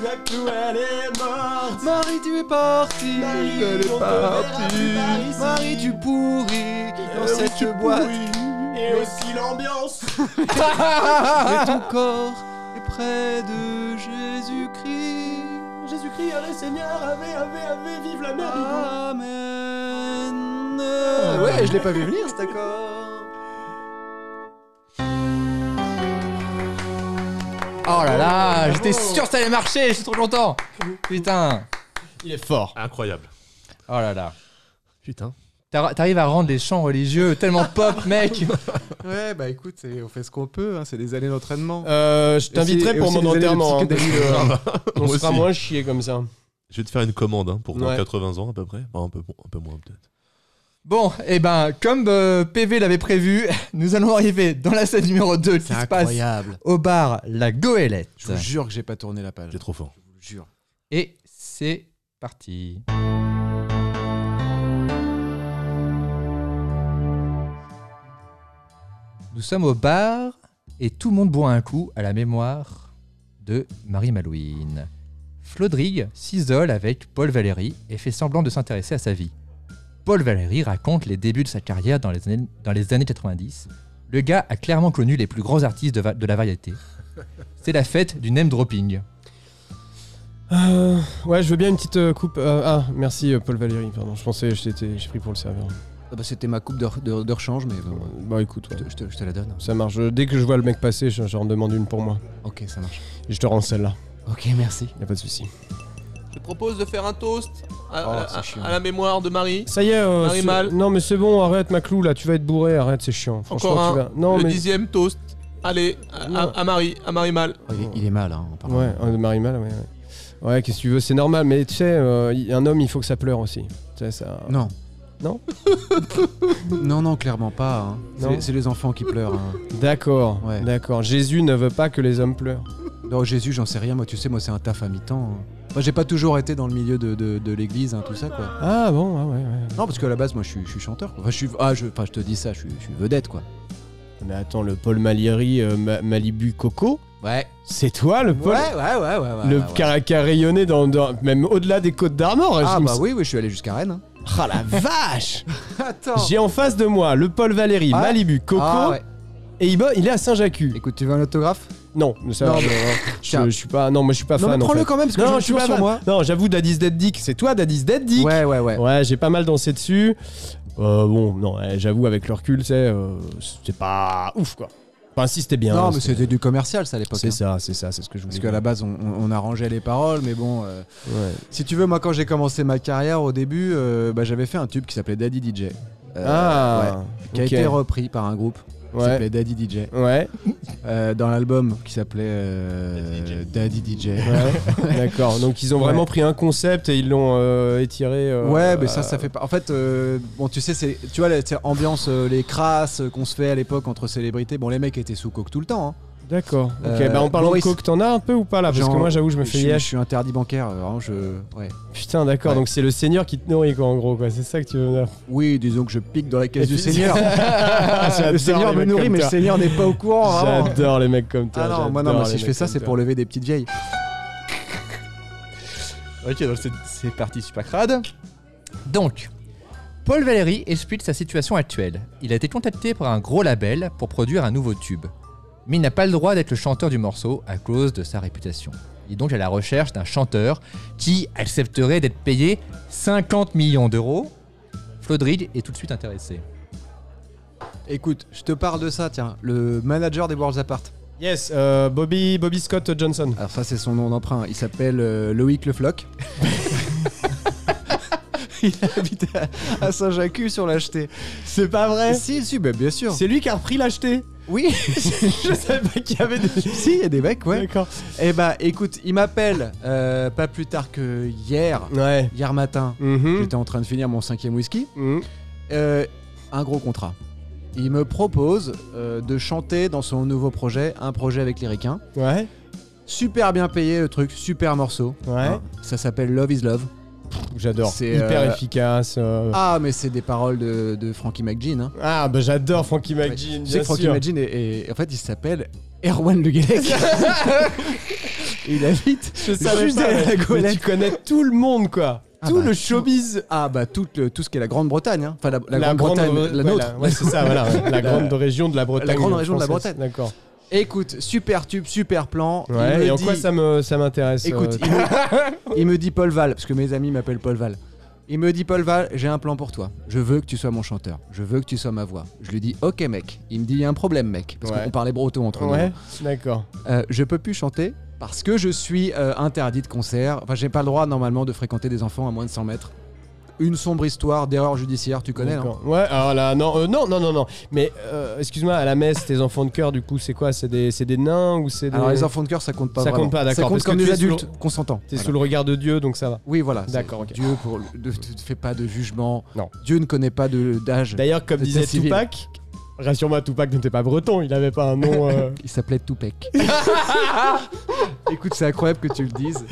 Speaker 1: Maclou elle est morte.
Speaker 5: Marie tu es partie.
Speaker 1: Marie,
Speaker 5: Elle est
Speaker 1: on te verra plus par
Speaker 5: partie.
Speaker 1: ici.
Speaker 5: Marie tu pourris dans
Speaker 1: oui,
Speaker 5: cette boîte.
Speaker 1: Et aussi l'ambiance.
Speaker 5: Mais Ah, ton corps est près de Jésus-Christ.
Speaker 1: Jésus-Christ, le Seigneur, ave, ave, ave, vive la mère du monde.
Speaker 5: Amen.
Speaker 1: Ah
Speaker 5: Ouais, je l'ai pas vu venir cet accord.
Speaker 3: Oh là là, j'étais sûr que ça allait marcher, je suis trop content. Putain.
Speaker 1: Il est fort.
Speaker 4: Incroyable.
Speaker 3: Oh là là.
Speaker 4: Putain.
Speaker 3: T'ar- T'arrives à rendre les chants religieux tellement pop, mec.
Speaker 5: Ouais, bah écoute, c'est- on fait ce qu'on peut, hein, c'est des années d'entraînement.
Speaker 1: Euh, je
Speaker 5: t'inviterai
Speaker 1: t'inviterai
Speaker 5: pour
Speaker 1: pour
Speaker 5: mon
Speaker 1: mon enterrement.
Speaker 5: hein, parce
Speaker 1: on
Speaker 4: Moi
Speaker 1: sera
Speaker 4: aussi.
Speaker 1: moins chier comme ça.
Speaker 4: Je vais te faire une commande hein, pour dans
Speaker 1: Ouais.
Speaker 4: 80 ans à peu près. Enfin, un, peu, un peu moins peut-être.
Speaker 3: Bon, et ben, comme euh, PV l'avait prévu, nous allons arriver dans la scène numéro 2 qui
Speaker 5: C'est
Speaker 3: se passe
Speaker 5: incroyable.
Speaker 3: au bar La Goélette.
Speaker 5: Je vous jure que j'ai pas tourné la page.
Speaker 4: J'ai trop fort.
Speaker 5: Je vous le jure.
Speaker 3: Et c'est parti. Nous sommes au bar et tout le monde boit un coup à la mémoire de Marie Malouine. Flodrig s'isole avec Paul Valéry et fait semblant de s'intéresser à sa vie. Paul Valéry raconte les débuts de sa carrière dans les années, dans les années 90. Le gars a clairement connu les plus grands artistes de, va- de la variété. C'est la fête du name dropping.
Speaker 1: Euh, ouais, je veux bien une petite euh, coupe. euh, ah, merci euh, Paul Valéry, pardon. Je pensais, je t'étais- j'ai pris pour le serveur.
Speaker 5: Ah bah, C'était ma coupe de, re- de- de rechange, mais bon,
Speaker 1: Bah écoute, ouais.
Speaker 5: je, te, je te- je te la donne.
Speaker 1: ça marche. Je- Dès que je vois le mec passer, je- j'en demande une pour moi.
Speaker 5: Ok, ça marche.
Speaker 1: Et je te rends celle-là,
Speaker 5: Ok, merci.
Speaker 1: y a pas de souci.
Speaker 6: Je propose de faire un toast à,
Speaker 5: Oh,
Speaker 6: à-
Speaker 5: c'est
Speaker 6: à-
Speaker 5: chiant.
Speaker 6: à la mémoire de Marie.
Speaker 1: Ça y est, euh,
Speaker 6: Marie
Speaker 1: c'est-
Speaker 6: Mal.
Speaker 1: non mais c'est bon, arrête ma clou là, tu vas être bourré, arrête, c'est chiant. Franchement,
Speaker 6: Encore
Speaker 1: tu
Speaker 6: un.
Speaker 1: vas. Non
Speaker 6: le
Speaker 1: mais
Speaker 6: dixième toast. Allez, à,
Speaker 1: Non.
Speaker 6: à- à Marie, à Marie Mal.
Speaker 5: Oh, il, est- il est mal, hein, en parlant.
Speaker 1: ouais, un de Marie Mal, ouais. Ouais, ouais qu'est-ce que tu veux, c'est normal. Mais tu sais, euh, y- un homme, il faut que ça pleure aussi. Tu sais ça.
Speaker 5: Non.
Speaker 1: Non
Speaker 5: Non, non, clairement pas. hein. C'est-
Speaker 1: Non.
Speaker 5: C'est les enfants qui pleurent. hein.
Speaker 1: D'accord,
Speaker 5: Ouais.
Speaker 1: d'accord. Jésus ne veut pas que les hommes pleurent.
Speaker 5: Non, Jésus, j'en sais rien. Moi, tu sais, moi, c'est un taf à mi-temps. hein. Moi, j'ai pas toujours été dans le milieu de, de- de l'église, hein, tout ça, quoi.
Speaker 1: Ah bon, ah ouais, ouais.
Speaker 5: Non, parce qu'à la base, moi, je suis, je suis chanteur. quoi. Enfin, je suis. Ah, je, enfin, je te dis ça, je suis, je suis vedette, quoi.
Speaker 1: Mais attends, le Paul Malieri, euh, Ma- Malibu Coco,
Speaker 5: Ouais.
Speaker 1: c'est toi le Paul
Speaker 5: Ouais, ouais, ouais, ouais. ouais,
Speaker 1: Le
Speaker 5: Bah ouais, ouais.
Speaker 1: car- qui a rayonné dans, dans- même au-delà des côtes d'Armor. hein,
Speaker 5: Ah,
Speaker 1: je me-
Speaker 5: bah oui, oui, je suis allé jusqu'à Rennes. hein.
Speaker 1: Ah la vache
Speaker 5: Attends.
Speaker 1: J'ai en face de moi le Paul Valéry,
Speaker 5: Ah.
Speaker 1: Malibu Coco,
Speaker 5: Ah, ouais.
Speaker 1: et il, bo- il est à Saint-Jacques.
Speaker 5: Écoute, tu veux un autographe
Speaker 1: Non, mais ça,
Speaker 5: Non, euh,
Speaker 1: je,
Speaker 5: tiens.
Speaker 1: je, je suis pas, non, moi je suis pas
Speaker 5: Non, mais
Speaker 1: fan. en
Speaker 5: prends-le
Speaker 1: fait.
Speaker 5: quand même, parce que
Speaker 1: Non,
Speaker 5: je
Speaker 1: je suis pas
Speaker 5: sur
Speaker 1: fan.
Speaker 5: moi. Oh,
Speaker 1: Non, j'avoue, Daddy's Dead Dick, c'est toi, Daddy's Dead Dick.
Speaker 5: Ouais, ouais, ouais.
Speaker 1: Ouais, j'ai pas mal dansé dessus. Euh, bon, non, eh, j'avoue, avec le recul, c'est, euh, c'est pas ouf quoi. Enfin, si c'était bien.
Speaker 5: Non,
Speaker 1: hein,
Speaker 5: mais c'était du commercial, ça, à l'époque.
Speaker 1: C'est
Speaker 5: hein.
Speaker 1: ça, c'est ça, c'est ce que je voulais
Speaker 5: Parce qu'à la base, on, on- on arrangeait les paroles, mais bon. euh,
Speaker 1: dire. Ouais.
Speaker 5: Si tu veux, moi, quand j'ai commencé ma carrière au début, euh, bah, j'avais fait un tube qui s'appelait Daddy DJ. Euh, ouais,
Speaker 1: ah,
Speaker 5: qui a
Speaker 1: ok.
Speaker 5: été repris par un groupe qui
Speaker 1: ouais.
Speaker 5: s'appelait Daddy DJ.
Speaker 1: Ouais,
Speaker 5: Euh, dans l'album qui s'appelait euh, Daddy DJ.
Speaker 1: ouais. d'accord. Donc ils ont vraiment
Speaker 5: Ouais.
Speaker 1: pris un concept et ils l'ont euh, étiré. euh,
Speaker 5: Ouais, mais ça,
Speaker 1: à-
Speaker 5: ça fait pas. En fait, euh, bon, tu sais, c'est, tu vois, la- c'est ambiance euh, les crasses euh, qu'on se fait à l'époque entre célébrités. Bon, les mecs étaient sous coke tout le temps. hein.
Speaker 1: D'accord. Ok,
Speaker 5: Euh,
Speaker 1: bah en parlant
Speaker 5: Boris-
Speaker 1: de coke, t'en as un peu ou pas là Parce
Speaker 5: Genre,
Speaker 1: que moi, j'avoue, je me fais
Speaker 5: suis- je
Speaker 1: yesh.
Speaker 5: suis interdit bancaire. euh, vraiment, je, ouais.
Speaker 1: Putain, d'accord.
Speaker 5: Ouais.
Speaker 1: Donc c'est le seigneur qui te nourrit, quoi, en gros, quoi. C'est ça que tu veux dire.
Speaker 5: Oui, disons que je pique dans la caisse
Speaker 1: Et
Speaker 5: du
Speaker 1: tu-
Speaker 5: Seigneur.
Speaker 1: J'adore
Speaker 5: le Seigneur
Speaker 1: les
Speaker 5: me
Speaker 1: mecs
Speaker 5: nourrit,
Speaker 1: comme
Speaker 5: mais le
Speaker 1: toi.
Speaker 5: Seigneur n'est pas au
Speaker 1: Oh,
Speaker 5: courant. vraiment.
Speaker 1: J'adore les mecs comme toi.
Speaker 5: Ah non, moi, non,
Speaker 1: j'adore
Speaker 5: moi, si
Speaker 1: les
Speaker 5: je
Speaker 1: mecs
Speaker 5: fais ça,
Speaker 1: comme
Speaker 5: c'est
Speaker 1: toi.
Speaker 5: pour lever des petites vieilles.
Speaker 3: Ok, donc c'est- c'est parti, super crade. Donc, Paul Valéry explique sa situation actuelle. Il a été contacté par un gros label pour produire un nouveau tube. Mais il n'a pas le droit d'être le chanteur du morceau à cause de sa réputation. Il est donc à la recherche d'un chanteur qui accepterait d'être payé 50 millions d'euros. Flodrig est tout de suite intéressé.
Speaker 5: Écoute, je te parle de ça, tiens. Le manager des Worlds Apart.
Speaker 1: Yes, euh, Bobby, Bobby Scott Johnson.
Speaker 5: Alors, ça, c'est son nom d'emprunt. Il s'appelle euh, Loïc Le Floc. Il habite à, à Saint-Jacques sur l'acheté.
Speaker 1: C'est pas vrai
Speaker 5: Si, si, bah, bien sûr.
Speaker 1: C'est lui qui a repris l'acheté.
Speaker 5: Oui,
Speaker 1: je savais pas qu'il y avait des.
Speaker 5: si, il y a des mecs, ouais.
Speaker 1: D'accord.
Speaker 5: Eh bah, écoute, il m'appelle euh, pas plus tard que hier,
Speaker 1: Ouais.
Speaker 5: hier matin.
Speaker 1: Mhm.
Speaker 5: J'étais en train de finir mon cinquième whisky.
Speaker 1: Mhm.
Speaker 5: Euh, un gros contrat. Il me propose euh, de chanter dans son nouveau projet, un projet avec les Ricains.
Speaker 1: Ouais.
Speaker 5: Super bien payé le truc, super morceau.
Speaker 1: Ouais.
Speaker 5: Hein, ça s'appelle Love is Love.
Speaker 1: J'adore.
Speaker 5: C'est,
Speaker 1: Hyper
Speaker 5: euh,
Speaker 1: efficace. euh.
Speaker 5: Ah, mais c'est des paroles de, de Frankie McGean. Hein.
Speaker 1: Ah, bah j'adore Frankie McGean,
Speaker 5: Tu sais
Speaker 1: bien
Speaker 5: que Frankie
Speaker 1: sûr.
Speaker 5: McGean, est, est- en fait, il s'appelle Erwan Le Guélec. il habite
Speaker 1: Je savais
Speaker 5: juste
Speaker 1: pas,
Speaker 5: derrière la
Speaker 1: mais
Speaker 5: goélette.
Speaker 1: tu connais tout le monde, quoi.
Speaker 5: Ah
Speaker 1: tout
Speaker 5: bah,
Speaker 1: le
Speaker 5: tout-
Speaker 1: showbiz.
Speaker 5: Ah, bah, tout, le- tout ce qui est la Grande-Bretagne. hein. Enfin, la, la Grande-Bretagne, la
Speaker 1: ouais,
Speaker 5: nôtre.
Speaker 1: la- ouais, c'est ça, voilà. ouais. La grande région de la Bretagne.
Speaker 5: grande
Speaker 1: je
Speaker 5: région de la
Speaker 1: pense que c'est-
Speaker 5: Bretagne.
Speaker 1: D'accord.
Speaker 5: Écoute, super tube, super plan. Il
Speaker 1: Ouais,
Speaker 5: me
Speaker 1: et en
Speaker 5: dit-
Speaker 1: quoi ça me- ça m'intéresse
Speaker 5: Écoute,
Speaker 1: euh,
Speaker 5: il me, il me dit Paul Val, parce que mes amis m'appellent Paul Val. Il me dit Paul Val, j'ai un plan pour toi. Je veux que tu sois mon chanteur. Je veux que tu sois ma voix. Je lui dis ok mec. Il me dit il y a un problème mec, parce
Speaker 1: Ouais.
Speaker 5: qu'on parlait breton entre
Speaker 1: Ouais, d'accord.
Speaker 5: nous. Euh, je peux plus chanter parce que je suis euh, interdit de concert. Enfin j'ai pas le droit normalement de fréquenter des enfants à moins de 100 mètres. une sombre histoire d'erreur judiciaire, tu connais. hein.
Speaker 1: D'accord. Ouais, alors là, non, euh, non, non, non, non. Mais euh, excuse-moi, à la messe, tes enfants de cœur, du coup, c'est quoi C'est des, c'est des nains ou c'est des.
Speaker 5: Alors les enfants de cœur, ça compte pas.
Speaker 1: Ça
Speaker 5: vraiment.
Speaker 1: compte pas, d'accord,
Speaker 5: Ça compte
Speaker 1: parce que
Speaker 5: comme
Speaker 1: tu
Speaker 5: des
Speaker 1: es sous
Speaker 5: adultes, qu'on s'entend.
Speaker 1: T'es
Speaker 5: Voilà.
Speaker 1: sous le regard de Dieu, donc ça va.
Speaker 5: Oui, voilà. c'est-
Speaker 1: D'accord, ok.
Speaker 5: Dieu pour le- ne ne fait pas de jugement.
Speaker 1: Non.
Speaker 5: Dieu ne connaît pas de d'âge.
Speaker 1: D'ailleurs, comme
Speaker 5: C'est
Speaker 1: disait
Speaker 5: un civil.
Speaker 1: Tupac, rassure-moi, Tupac n'était pas breton, il avait pas un nom. euh,
Speaker 5: Il s'appelait Toupec. Écoute, c'est incroyable que tu le dises.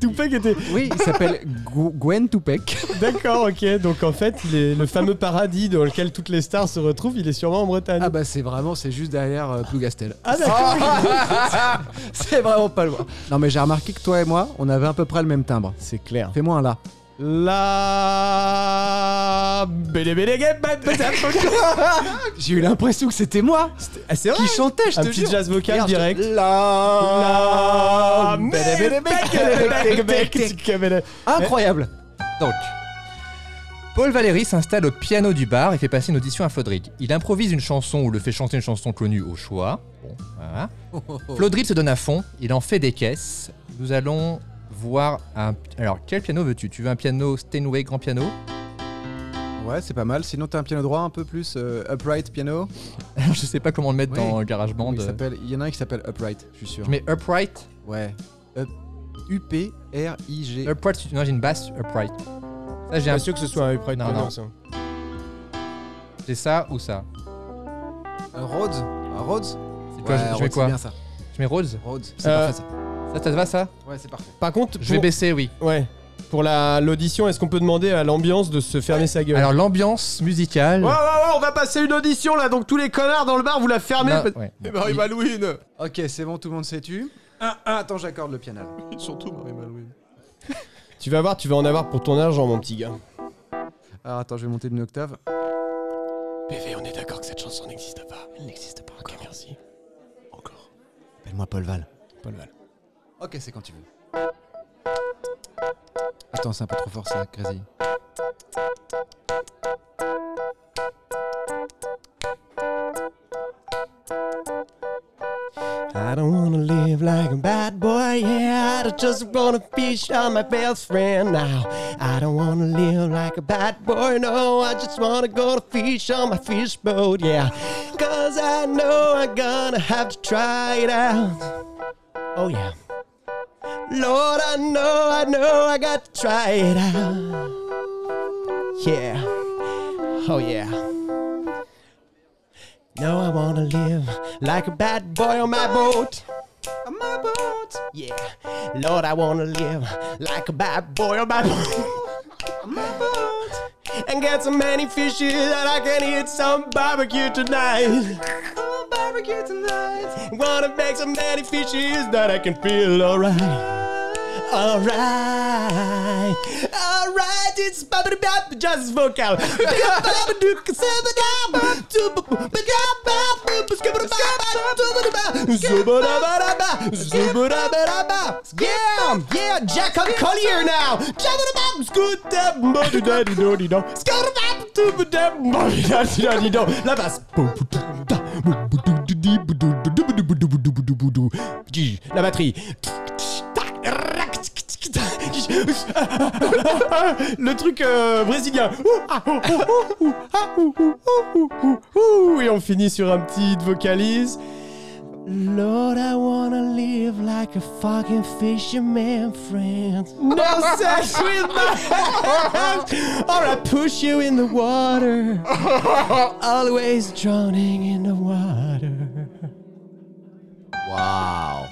Speaker 1: Tupac était.
Speaker 5: Oui, il s'appelle Gw- Gwen Toupec.
Speaker 1: D'accord, ok. Donc en fait, il est le fameux paradis dans lequel toutes les stars se retrouvent, il est sûrement en Bretagne.
Speaker 5: Ah bah c'est vraiment, c'est juste derrière euh, Plougastel.
Speaker 1: Ah, d'accord.
Speaker 5: C'est vraiment pas loin. Non mais j'ai remarqué que toi et moi, on avait à peu près le même timbre.
Speaker 1: C'est clair.
Speaker 5: Fais-moi un là.
Speaker 1: La. Bélé, bélé, gué, bat, bat,
Speaker 5: J'ai eu l'impression que c'était moi
Speaker 1: Ah, c'est vrai
Speaker 5: qui chantais, je
Speaker 1: Un
Speaker 5: te
Speaker 1: petit
Speaker 5: jure.
Speaker 1: jazz vocal
Speaker 5: Regarde, je-
Speaker 1: direct.
Speaker 5: La.
Speaker 1: La-
Speaker 5: Incroyable.
Speaker 3: Donc, Paul Valéry s'installe au piano du bar et fait passer une audition à Flodrig. Il improvise une chanson ou le fait chanter une chanson connue au choix. Bon, voilà. Flodrig se donne à fond, il en fait des caisses. Nous allons voir un. Alors, quel piano veux-tu Tu veux un piano Steinway grand piano
Speaker 5: Ouais, c'est pas mal. Sinon t'as un piano droit un peu plus euh, upright piano.
Speaker 3: Alors, je sais pas comment le mettre
Speaker 5: Oui.
Speaker 3: dans GarageBand.
Speaker 5: Il s'appelle- il y en a un qui s'appelle upright, je suis sûr.
Speaker 3: Je mets upright.
Speaker 5: Ouais. Euh, Up- U-P-R-I-G.
Speaker 3: Upright, tu- non, j'ai une basse upright. Ça, j'ai un-
Speaker 1: Bien sûr que ce soit un upright
Speaker 3: Non,
Speaker 1: Manor,
Speaker 3: non.
Speaker 1: ça.
Speaker 3: j'ai ça ou ça
Speaker 5: Un Rhodes. Un Rhodes.
Speaker 3: C'est quoi, je- Je mets
Speaker 5: Rhodes, c'est
Speaker 3: quoi
Speaker 5: bien ça.
Speaker 3: Je mets rose
Speaker 5: Rhodes. C'est
Speaker 1: Euh,
Speaker 3: Ça,
Speaker 5: parfait
Speaker 3: ça te va ça
Speaker 5: ça. Ouais, c'est parfait.
Speaker 1: Par contre,
Speaker 3: Je vais
Speaker 1: pour-
Speaker 3: baisser, oui.
Speaker 1: Ouais. Pour la- l'audition, est-ce qu'on peut demander à l'ambiance de se fermer sa gueule
Speaker 3: Alors, l'ambiance musicale.
Speaker 1: Ouais, ouais, ouais, on va passer une audition là, donc tous les connards dans le bar, vous la fermez
Speaker 3: Non,
Speaker 1: parce-
Speaker 3: ouais.
Speaker 6: Et Marie Malouine
Speaker 5: Ok, c'est bon, tout le monde s'est tu. Un, un, attends, j'accorde le piano.
Speaker 6: Surtout Marie Malouine.
Speaker 1: Tu vas voir, tu vas en avoir pour ton argent, mon petit gars.
Speaker 5: Alors attends, je vais monter d'une octave.
Speaker 1: PV, on est d'accord que cette chanson n'existe pas. Elle n'existe pas. Ok, merci.
Speaker 6: Encore.
Speaker 5: Appelle-moi Paul Val.
Speaker 1: Paul Val.
Speaker 5: Ok, c'est quand tu veux. Attends, c'est un peu trop fort ça, Crazy.
Speaker 1: I don't wanna live like a bad boy, yeah. I just wanna be on my best friend now. I don't wanna live like a bad boy, no. I just wanna go to fish on my fish boat, yeah. Cause I know I'm gonna have to try it out. Oh, yeah. Lord, I know, I know I got to try it out. Yeah. Oh, yeah. No, I wanna live like a bad boy on my boat. On my boat. Yeah. Lord, I wanna live like a bad boy on my boat. on my boat. And get so many fishes that I can eat some barbecue tonight. Oh, barbecue tonight. Wanna make so many fishes that I can feel alright. Alright, alright, it's bop-a-bop, jazz vocal. Bop-a-bop-a-dook, sub-a-dab, sub-a-bop-a-bop, sub-a-bop-a-bop, sub-a-bop-a-bop, sub-a-bop-a-bop, sub-a-bop-a-bop. Yeah, yeah, Jack, I'm Collier now. Jab-a-bop, scoot-up, mo-do-da-di-do-di-do. Scoot-up, do-ba-dab, mo-do-da-di-do-di-do. La basse. Bou-bou-dou-da, bou-bou-dou-di-bou-dou-dou-bou-dou-bou-dou-bou-dou-bou-dou. Ji, La batterie. Le truc euh, brésilien. Et on finit sur un petit vocalise. Lord, I wanna live like a fucking fisherman, friend. No sex with my hands, or I push you in the water. Always drowning in the water.
Speaker 5: Waouh.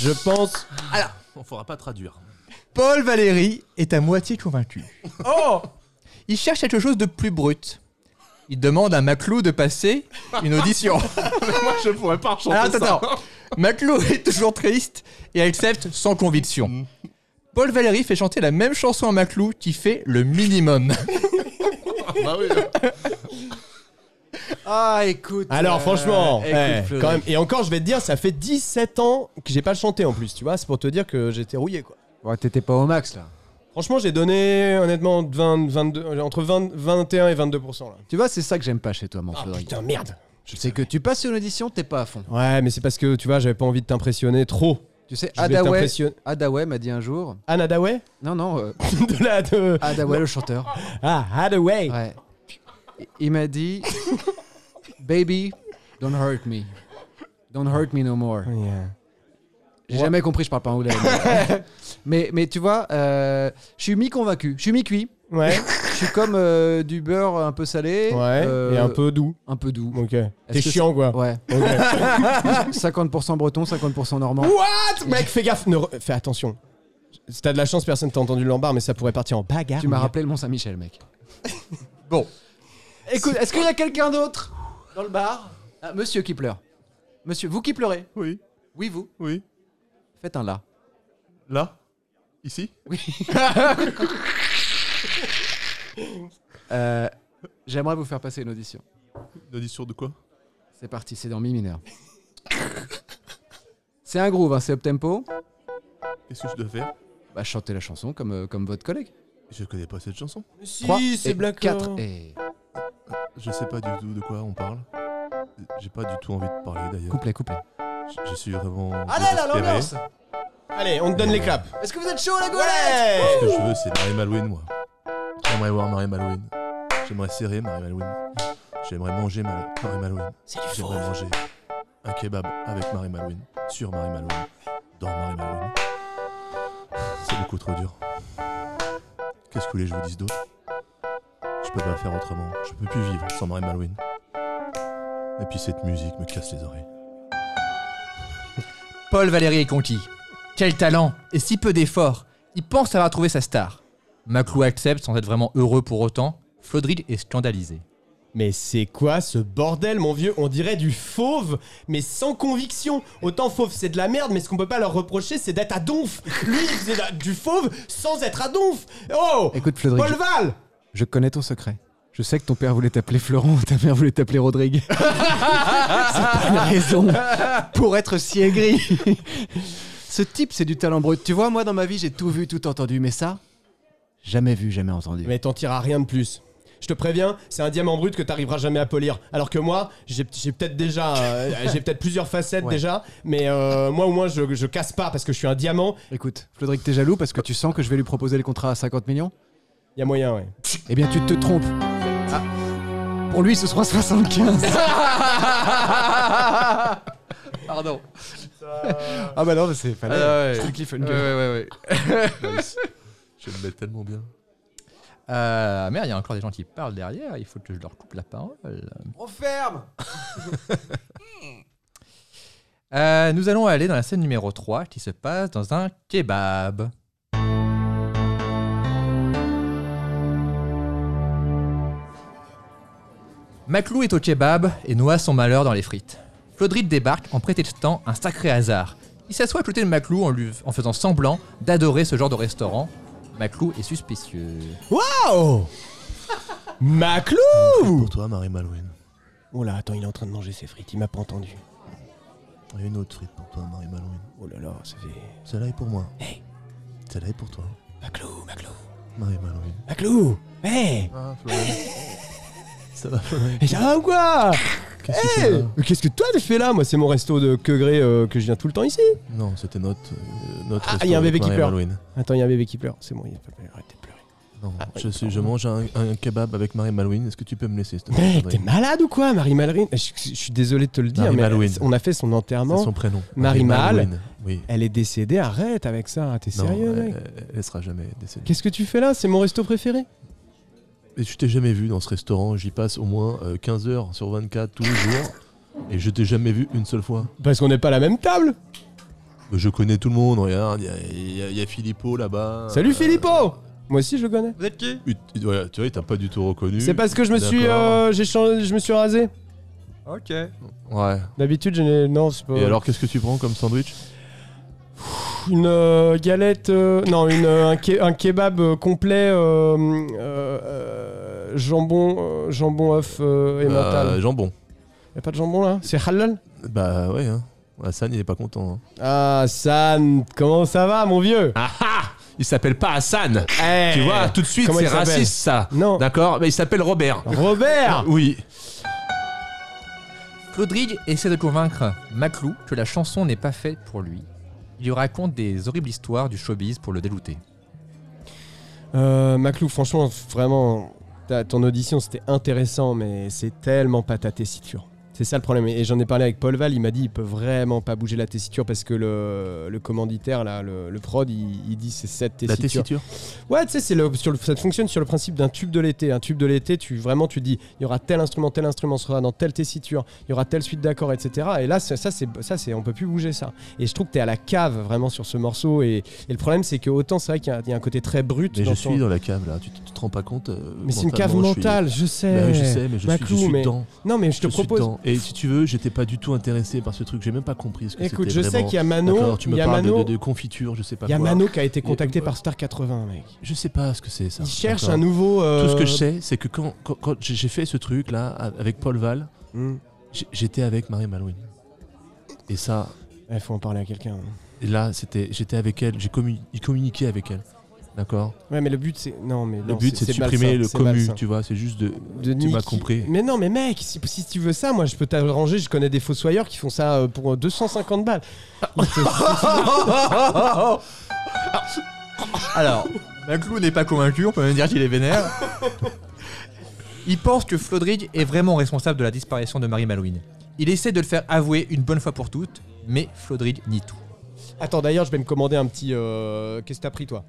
Speaker 1: Je pense.
Speaker 4: Alors, on fera pas traduire.
Speaker 3: Paul Valéry est à moitié convaincu.
Speaker 1: Oh!
Speaker 3: Il cherche quelque chose de plus brut. Il demande à Maclou de passer une audition.
Speaker 4: Moi, je pourrais pas chanter
Speaker 6: Ah,
Speaker 3: Alors, attends,
Speaker 4: ça.
Speaker 3: attends. Maclou est toujours triste et accepte sans conviction. Paul Valéry fait chanter la même chanson à Maclou qui fait le minimum.
Speaker 4: Bah oui.
Speaker 5: Ah, écoute.
Speaker 1: Alors
Speaker 5: euh,
Speaker 1: franchement,
Speaker 5: écoute,
Speaker 1: eh,
Speaker 5: Fleury.
Speaker 1: quand même. Et encore, je vais te dire, ça fait 17 ans que j'ai pas chanté en plus, tu vois. C'est pour te dire que j'étais rouillé, quoi.
Speaker 5: Bon, t'étais pas au max là.
Speaker 1: Franchement, j'ai donné honnêtement 20, 22, entre 20, 21 et 22 là.
Speaker 5: Tu vois, c'est ça que j'aime pas chez toi, mon
Speaker 1: Ah
Speaker 5: Fleury.
Speaker 1: putain, merde.
Speaker 5: C'est que tu passes une audition, t'es pas à fond.
Speaker 1: Ouais, mais c'est parce que tu vois, j'avais pas envie de t'impressionner trop.
Speaker 5: Tu sais,
Speaker 1: Je vais
Speaker 5: Adaway,
Speaker 1: t'impressionner.
Speaker 5: Adaway m'a dit un jour.
Speaker 1: Anne Hathaway
Speaker 5: Non, non, euh,
Speaker 1: De la de...
Speaker 5: Adaway, le chanteur.
Speaker 1: Ah, Hathaway
Speaker 5: Ouais. Il- Il m'a dit Baby, don't hurt me. Don't hurt me no more.
Speaker 1: Oh, Yeah.
Speaker 5: J'ai jamais compris, je parle pas anglais. mais- mais, mais tu vois, euh, je suis mi-convaincu, je suis mi-cuit.
Speaker 1: Ouais,
Speaker 5: Je suis comme euh, du beurre un peu salé.
Speaker 1: ouais,
Speaker 5: euh,
Speaker 1: et un peu doux.
Speaker 5: un peu doux.
Speaker 1: Ok. T'es
Speaker 5: que
Speaker 1: chiant, quoi.
Speaker 5: Ouais.
Speaker 1: Ok.
Speaker 5: 50% breton, 50% normand.
Speaker 1: What Mec, fais gaffe, ne re- fais attention. Si t'as de la chance, personne t'a entendu le lambard, mais ça pourrait partir en bagarre.
Speaker 5: Tu m'as
Speaker 1: mon gars.
Speaker 5: rappelé le Mont-Saint-Michel, mec.
Speaker 3: Bon.
Speaker 5: Écoute, est-ce qu'il y a quelqu'un d'autre dans le bar Ah, Monsieur qui pleure. Monsieur, vous qui pleurez
Speaker 4: Oui,
Speaker 5: Oui, vous.
Speaker 4: oui.
Speaker 5: Faites un là.
Speaker 4: Là Ici
Speaker 5: Oui. Euh, J'aimerais vous faire passer une audition.
Speaker 4: Une audition de quoi
Speaker 5: C'est parti, c'est dans mi mineur. C'est un groove, hein, c'est up tempo.
Speaker 4: Qu'est-ce que je dois faire
Speaker 5: Bah, chantez la chanson comme, euh, comme votre collègue.
Speaker 4: Je connais pas cette chanson.
Speaker 5: Trois
Speaker 1: Si,
Speaker 5: et
Speaker 1: c'est Black
Speaker 5: 4
Speaker 1: Lord.
Speaker 5: et
Speaker 4: Je sais pas du tout de quoi on parle. J'ai pas du tout envie de parler d'ailleurs.
Speaker 5: couplet, couplet.
Speaker 4: Je- Je suis vraiment.
Speaker 5: Allez Ah là,
Speaker 4: désespéré.
Speaker 5: l'ambiance
Speaker 1: Allez, on te donne les claps.
Speaker 5: Est-ce que vous êtes chaud, la goulette
Speaker 1: Ouais
Speaker 4: Ce que je veux, c'est Marie Malouine, moi. J'aimerais voir Marie Malouine. J'aimerais serrer Marie Malouine. J'aimerais manger Ma- Marie Malouine. J'aimerais manger un kebab avec Marie Malouine. Sur Marie Malouine. Dans Marie Malouine. C'est beaucoup trop dur. Qu'est-ce que vous voulez que je vous dise d'autre Je peux pas faire autrement. Je peux plus vivre sans Marie Malouine. Et puis cette musique me casse les oreilles.
Speaker 3: Paul Valéry est conquis. Quel talent et si peu d'efforts. Il pense avoir trouvé sa star. Maclou accepte sans être vraiment heureux pour autant. Flodrid est scandalisé.
Speaker 1: Mais c'est quoi ce bordel, mon vieux On dirait du fauve, mais sans conviction. Autant fauve, c'est de la merde, mais ce qu'on peut pas leur reprocher, c'est d'être à donf. Lui, il faisait la- du fauve sans être à donf. Oh
Speaker 5: Écoute, Flodric,
Speaker 1: Paul Val
Speaker 5: je connais ton secret. Je sais que ton père voulait t'appeler Florent, ta mère voulait t'appeler Rodrigue. c'est pas une raison pour être si aigri. Ce type, c'est du talent brut. Tu vois, moi, dans ma vie, j'ai tout vu, tout entendu, mais ça, jamais vu, jamais entendu.
Speaker 1: Mais t'en tireras rien de plus. Je te préviens, c'est un diamant brut que t'arriveras jamais à polir. Alors que moi, j'ai j'ai peut-être déjà, euh, j'ai peut-être plusieurs facettes
Speaker 5: Ouais.
Speaker 1: déjà, mais euh, moi au moins je, je casse pas parce que je suis un diamant.
Speaker 5: Écoute, Flodric, t'es jaloux parce que tu sens que je vais lui proposer le contrat à 50 millions
Speaker 1: Il y a moyen, ouais.
Speaker 5: Eh bien, tu te trompes. Ah. Pour lui, ce sera 75.
Speaker 3: Pardon.
Speaker 5: ah bah non, mais c'est fallait.
Speaker 3: Ah ouais.
Speaker 5: Je te kiffe une
Speaker 3: Ouais, ouais,
Speaker 5: gueule.
Speaker 3: ouais.
Speaker 4: Je me mets tellement bien.
Speaker 3: Euh, merde, il y a encore des gens qui parlent derrière. Il faut que je leur coupe la parole.
Speaker 5: On ferme
Speaker 3: Euh, nous allons aller dans la scène numéro 3 qui se passe dans un kebab. Maclou est au kebab et noie son malheur dans les frites. Flodrid débarque en prétextant un sacré hasard. Il s'assoit à côté de Maclou en, lui- en faisant semblant d'adorer ce genre de restaurant. Maclou est suspicieux.
Speaker 1: Waouh Maclou
Speaker 4: Pour toi, Marie Malouine.
Speaker 1: Oh là, attends, il est en train de manger ses frites, il m'a pas entendu.
Speaker 4: Et une autre frite pour toi, Marie Malouine.
Speaker 1: Oh là là, ça fait.
Speaker 4: Celle-là est pour moi. Celle-là est pour toi,
Speaker 1: Maclou, Maclou,
Speaker 4: Marie Malouine.
Speaker 1: Maclou Hey
Speaker 4: Ah, Ça va, Florian
Speaker 1: Mais eh, ça va ou quoi
Speaker 4: Qu'est-ce que tu fais
Speaker 1: Hey
Speaker 4: là
Speaker 1: Mais Qu'est-ce que toi tu fais là Moi c'est mon resto de quegré euh, que je viens tout le temps ici.
Speaker 4: Non, c'était notre. euh, notre
Speaker 1: Ah, il y a un
Speaker 4: restaurant
Speaker 1: bébé qui
Speaker 4: Marie
Speaker 1: pleure.
Speaker 4: Malouine.
Speaker 1: Attends, il y a un bébé qui pleure, c'est bon, il peut pas arrêter de pleurer.
Speaker 4: Non,
Speaker 1: Ah,
Speaker 4: je, suis, je mange un, un kebab avec Marie Malouine. Est-ce que tu peux me laisser, s'il te plaît
Speaker 1: Mec, t'es
Speaker 4: Florian
Speaker 1: malade ou quoi Marie Malrine je, je suis désolé de te le dire,
Speaker 4: Marie
Speaker 1: mais
Speaker 4: Malouine.
Speaker 1: elle- on a fait son
Speaker 4: C'est
Speaker 1: enterrement.
Speaker 4: son prénom.
Speaker 1: Marie Mal.
Speaker 4: Malouine. Oui.
Speaker 1: Elle est décédée, arrête avec ça, hein, t'es
Speaker 4: Non,
Speaker 1: sérieux mec
Speaker 4: elle, elle sera jamais décédée.
Speaker 1: Qu'est-ce que tu fais là C'est mon resto préféré
Speaker 4: Et je t'ai jamais vu dans ce restaurant. J'y passe au moins euh, 15 heures sur 24 tous les jours. Et je t'ai jamais vu une seule fois.
Speaker 1: Parce qu'on n'est pas à la même table
Speaker 4: Je connais tout le monde, regarde. Il y a- il y, a- il y a Philippot là-bas.
Speaker 1: Salut
Speaker 4: Euh,
Speaker 1: Filippo Moi aussi je le connais.
Speaker 3: Vous êtes qui
Speaker 4: il- il- voilà, tu vois, il t'a pas du tout reconnu.
Speaker 1: C'est parce que je me suis,
Speaker 4: D'accord.
Speaker 1: euh, j'ai changé, je me suis rasé.
Speaker 3: Ok.
Speaker 4: Ouais.
Speaker 1: D'habitude, je n'ai- non, c'est pas.
Speaker 4: Et alors, qu'est-ce que tu prends comme sandwich
Speaker 1: une euh, galette, euh, non, une, euh, un, ke- un kebab euh, complet, euh, euh, euh, jambon, euh, jambon œuf euh, et mental.
Speaker 4: Euh, Jambon.
Speaker 1: Y a pas de jambon là C'est halal
Speaker 4: Bah ouais. Hein. Hassan, il est pas content. hein.
Speaker 1: Ah, San, comment ça va, mon vieux
Speaker 6: Ah ah Il s'appelle pas Hassan
Speaker 1: Eh,
Speaker 6: Tu vois, tout de suite,
Speaker 1: comment
Speaker 6: c'est
Speaker 1: il s'appelle
Speaker 6: raciste ça
Speaker 1: Non.
Speaker 6: D'accord Mais il s'appelle Robert
Speaker 1: Robert
Speaker 6: Oui
Speaker 3: Claudrigue essaie de convaincre Maclou que la chanson n'est pas faite pour lui. Il lui raconte des horribles histoires du showbiz pour le délouter.
Speaker 1: Euh, Maclou, franchement, vraiment, ta- ton audition c'était intéressant, mais c'est tellement pas ta tessiture. C'est ça le problème. Et j'en ai parlé avec Paul Val, il m'a dit il peut vraiment pas bouger la tessiture parce que le, le commanditaire, là, le, le prod, il, il dit c'est cette
Speaker 4: La
Speaker 1: tessiture.
Speaker 4: tessiture.
Speaker 1: Ouais, tu sais, c'est le, sur le- ça fonctionne sur le principe d'un tube de l'été. Un tube de l'été, tu vraiment tu dis, il y aura tel instrument, tel instrument sera dans telle tessiture, il y aura telle suite d'accords, etc. Et là, ça, ça, c'est, ça, c'est, on peut plus bouger ça. Et je trouve que t'es à la cave vraiment sur ce morceau. Et, et le problème, c'est que autant c'est vrai qu'il y a, il y a un côté très brut.
Speaker 4: Mais
Speaker 1: dans
Speaker 4: je
Speaker 1: son-
Speaker 4: suis dans la cave là, tu, tu te rends pas compte euh,
Speaker 1: Mais c'est une cave
Speaker 4: mentalement, je suis-
Speaker 1: mentale, je sais.
Speaker 4: Bah oui, je sais, mais je suis, je
Speaker 1: Maclou,
Speaker 4: suis
Speaker 1: mais-
Speaker 4: dedans.
Speaker 1: Non, mais je
Speaker 4: Je
Speaker 1: te
Speaker 4: suis
Speaker 1: propose.
Speaker 4: dedans. Et si tu veux, j'étais pas du tout intéressé par ce truc. J'ai même pas compris ce que c'était.
Speaker 1: Écoute, je sais
Speaker 4: vraiment.
Speaker 1: qu'il y a Mano,
Speaker 4: D'accord, tu
Speaker 1: il
Speaker 4: me
Speaker 1: y a
Speaker 4: parles de-
Speaker 1: Mano,
Speaker 4: de, de confiture, je sais pas
Speaker 1: il y a
Speaker 4: quoi.
Speaker 1: Mano qui a été
Speaker 4: Et-
Speaker 1: contacté par Star 80, mec.
Speaker 4: Je sais pas ce que c'est ça.
Speaker 1: Il cherche
Speaker 4: D'accord.
Speaker 1: un nouveau. euh,
Speaker 4: Tout ce que je sais, c'est que quand, quand- quand j'ai- j'ai fait ce truc là avec Paul Val,
Speaker 1: Hmm.
Speaker 4: j'ai- j'étais avec Marie Malouine. Et ça,
Speaker 1: Eh, faut en parler à quelqu'un.
Speaker 4: et là, c'était, j'étais avec elle, j'ai commu- communiqué avec elle. D'accord
Speaker 1: Ouais, mais le but c'est non, mais
Speaker 4: Le
Speaker 1: non,
Speaker 4: but, c'est de supprimer
Speaker 1: malsain,
Speaker 4: le
Speaker 1: c'est
Speaker 4: commu,
Speaker 1: malsain.
Speaker 4: tu vois, c'est juste de.
Speaker 1: De
Speaker 4: tu m'as
Speaker 1: Nicky.
Speaker 4: compris.
Speaker 1: Mais non, mais mec, si, si tu veux ça, moi je peux t'arranger. Je connais des fossoyeurs qui font ça euh, pour 250 balles. Ils te-
Speaker 3: Alors, Maclou n'est pas convaincu, on peut même dire qu'il est vénère. Il pense que Flodrig est vraiment responsable de la disparition de Marie Malouine. Il essaie de le faire avouer une bonne fois pour toutes, mais Flodrig nie tout.
Speaker 1: Attends, d'ailleurs, je vais me commander un petit. euh, Qu'est-ce que t'as pris toi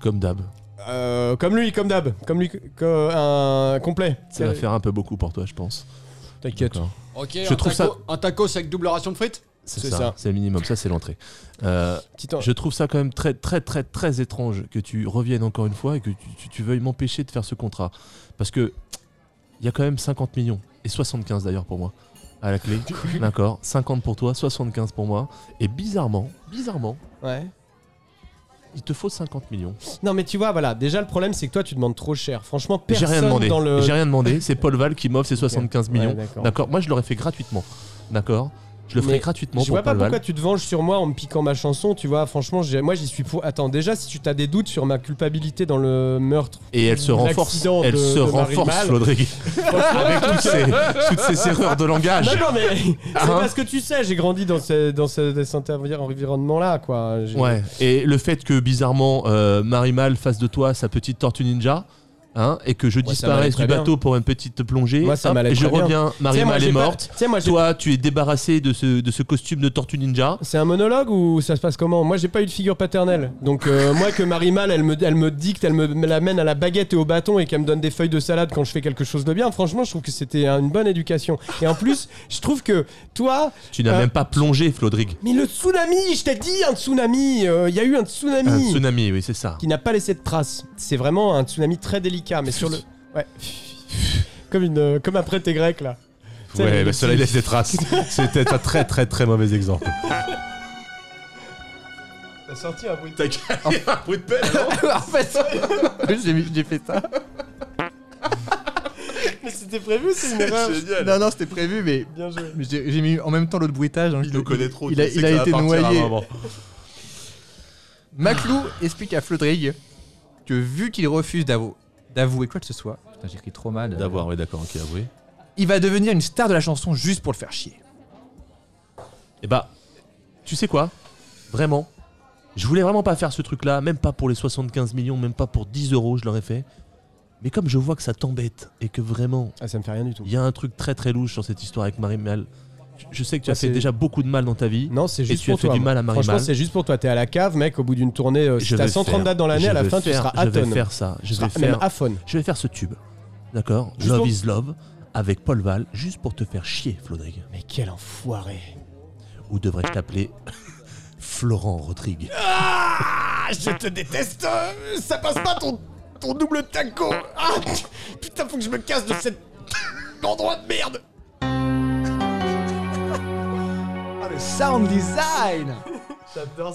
Speaker 4: Comme d'hab.
Speaker 1: Euh, Comme lui, comme d'hab, comme lui, co- un complet.
Speaker 4: Ça va faire un peu beaucoup pour toi, je pense.
Speaker 1: T'inquiète.
Speaker 4: D'accord.
Speaker 7: Ok,
Speaker 4: Je
Speaker 7: un,
Speaker 4: trouve
Speaker 7: taco, un tacos avec double ration de frites
Speaker 4: C'est
Speaker 1: C'est
Speaker 4: ça,
Speaker 1: ça.
Speaker 4: c'est le minimum, ça c'est l'entrée. Euh,
Speaker 1: Petit temps-
Speaker 4: je trouve ça quand même très très très très étrange que tu reviennes encore une fois et que tu, tu- tu veuilles m'empêcher de faire ce contrat. Parce que il y a quand même 50 millions, et 75 d'ailleurs pour moi, à la clé. D'accord, 50 pour toi, 75 pour moi. Et bizarrement, bizarrement,
Speaker 1: Ouais.
Speaker 4: il te faut 50 millions.
Speaker 1: Non, mais tu vois, voilà. Déjà, le problème, c'est que toi, tu demandes trop cher. Franchement,
Speaker 4: J'ai
Speaker 1: personne
Speaker 4: rien demandé,
Speaker 1: dans le.
Speaker 4: j'ai rien demandé, c'est Paul Val qui m'offre ces 75 millions.
Speaker 1: Ouais, d'accord.
Speaker 4: D'accord, moi je l'aurais fait gratuitement. D'accord Je le ferais
Speaker 1: Mais
Speaker 4: gratuitement
Speaker 1: Je
Speaker 4: pour
Speaker 1: vois pas
Speaker 4: Paul Val.
Speaker 1: pourquoi tu te venges sur moi en me piquant ma chanson, tu vois. Franchement, j'ai- moi j'y suis pour. Attends, déjà, si tu t'as des doutes sur ma culpabilité dans le meurtre,
Speaker 4: Et elle se renforce,
Speaker 1: L'accident
Speaker 4: elle
Speaker 1: de-
Speaker 4: se
Speaker 1: de
Speaker 4: renforce,
Speaker 1: Marie-Mal.
Speaker 4: Flodrig. Avec toutes ces, toutes ces erreurs de
Speaker 1: Non,
Speaker 4: langage.
Speaker 1: non, mais c'est
Speaker 4: Hein
Speaker 1: parce que tu sais, j'ai grandi dans, ce, dans, ce, dans cet envi- environnement-là, quoi. J'ai-
Speaker 4: Ouais. Et le fait que bizarrement euh, Marie-Mal fasse de toi sa petite tortue ninja. Hein, et que je
Speaker 1: Moi, ça m'allait
Speaker 4: disparaisse
Speaker 1: très
Speaker 4: du
Speaker 1: bien.
Speaker 4: bateau pour une petite plongée.
Speaker 1: Moi, ça
Speaker 4: hop,
Speaker 1: m'allait
Speaker 4: et je
Speaker 1: très bien.
Speaker 4: reviens,
Speaker 1: Tu sais, moi,
Speaker 4: Marie-Mal
Speaker 1: j'ai
Speaker 4: est
Speaker 1: pas-
Speaker 4: morte.
Speaker 1: Tu sais, moi, j'ai-
Speaker 4: Toi, tu es débarrassé de ce, de ce costume de tortue ninja.
Speaker 1: C'est un monologue ou ça se passe comment Moi, j'ai pas eu de figure paternelle. Donc, euh, moi, que Marie Mal, elle me, elle me dicte, elle me, me l'amène à la baguette et au bâton et qu'elle me donne des feuilles de salade quand je fais quelque chose de bien, franchement, je trouve que c'était une bonne éducation. Et en plus, je trouve que toi,
Speaker 4: Tu n'as
Speaker 1: Euh,
Speaker 4: même pas plongé, Flodrig.
Speaker 1: Mais le tsunami, je t'ai dit un tsunami, euh, il y a eu un tsunami,
Speaker 4: Un tsunami, oui, c'est ça.
Speaker 1: qui n'a pas laissé de traces. C'est vraiment un tsunami très délicat, mais sur le... Ouais. Comme, une, euh, comme un prêtre grec là. Tu sais, le- le petit-
Speaker 4: bah, des traces. C'était un très, très, très mauvais exemple.
Speaker 1: T'as sorti un bruit de-
Speaker 4: T'as gagné un bruit de pelle, non
Speaker 3: en fait, j'ai, j'ai fait ça.
Speaker 1: Mais c'était prévu, c'est une erreur.
Speaker 4: Génial.
Speaker 3: Non, non, c'était prévu, mais
Speaker 1: Bien joué.
Speaker 3: mais j'ai, j'ai mis en même temps l'autre bruitage. hein, donc
Speaker 4: Il nous connaît trop.
Speaker 3: Il a,
Speaker 4: tu sais
Speaker 3: il
Speaker 4: que
Speaker 3: a
Speaker 4: ça va
Speaker 3: été
Speaker 4: partir à un
Speaker 3: noyé.
Speaker 4: moment.
Speaker 3: Maclou explique à Flodrig que vu qu'il refuse d'avou- d'avouer quoi que ce soit, putain, j'écris trop mal.
Speaker 4: D'avoir, oui, d'accord, ok, avoué.
Speaker 3: Il va devenir une star de la chanson juste pour le faire chier.
Speaker 4: Et bah, tu sais quoi Vraiment, je voulais vraiment pas faire ce truc-là, même pas pour les 75 millions, même pas pour 10 euros, je l'aurais fait. Mais comme je vois que ça t'embête et que vraiment,
Speaker 1: Ah, ça me fait rien du tout.
Speaker 4: il y a un truc très très louche sur cette histoire avec Marie-Mal, je- je sais que tu as
Speaker 1: Ah,
Speaker 4: fait
Speaker 1: c'est-
Speaker 4: déjà beaucoup de mal dans ta vie.
Speaker 1: Non, c'est juste
Speaker 4: tu as
Speaker 1: pour
Speaker 4: fait
Speaker 1: toi.
Speaker 4: du
Speaker 1: moi.
Speaker 4: mal à Marie
Speaker 1: Franchement,
Speaker 4: Mal.
Speaker 1: c'est juste pour toi. T'es à la cave, mec, au bout d'une tournée, euh, si
Speaker 4: Je
Speaker 1: t'as
Speaker 4: vais
Speaker 1: 130
Speaker 4: faire-
Speaker 1: dates dans l'année, à
Speaker 4: je
Speaker 1: la
Speaker 4: vais
Speaker 1: fin, tu
Speaker 4: faire-
Speaker 1: seras
Speaker 4: Je vais
Speaker 1: atone.
Speaker 4: faire ça, je
Speaker 1: Tu seras
Speaker 4: vais
Speaker 1: même
Speaker 4: faire,
Speaker 1: aphone.
Speaker 4: je vais faire ce tube. D'accord
Speaker 1: Juste
Speaker 4: Love
Speaker 1: pour-
Speaker 4: is Love avec Paul Val, juste pour te faire chier, Flodrig.
Speaker 1: Mais quel enfoiré.
Speaker 4: Ou devrais-je t'appeler Florent Rodrigue
Speaker 2: Ah, je te déteste euh, Ça passe pas ton, ton double taco Ah, Putain, faut que je me casse de cet endroit de merde
Speaker 5: Ah, le sound design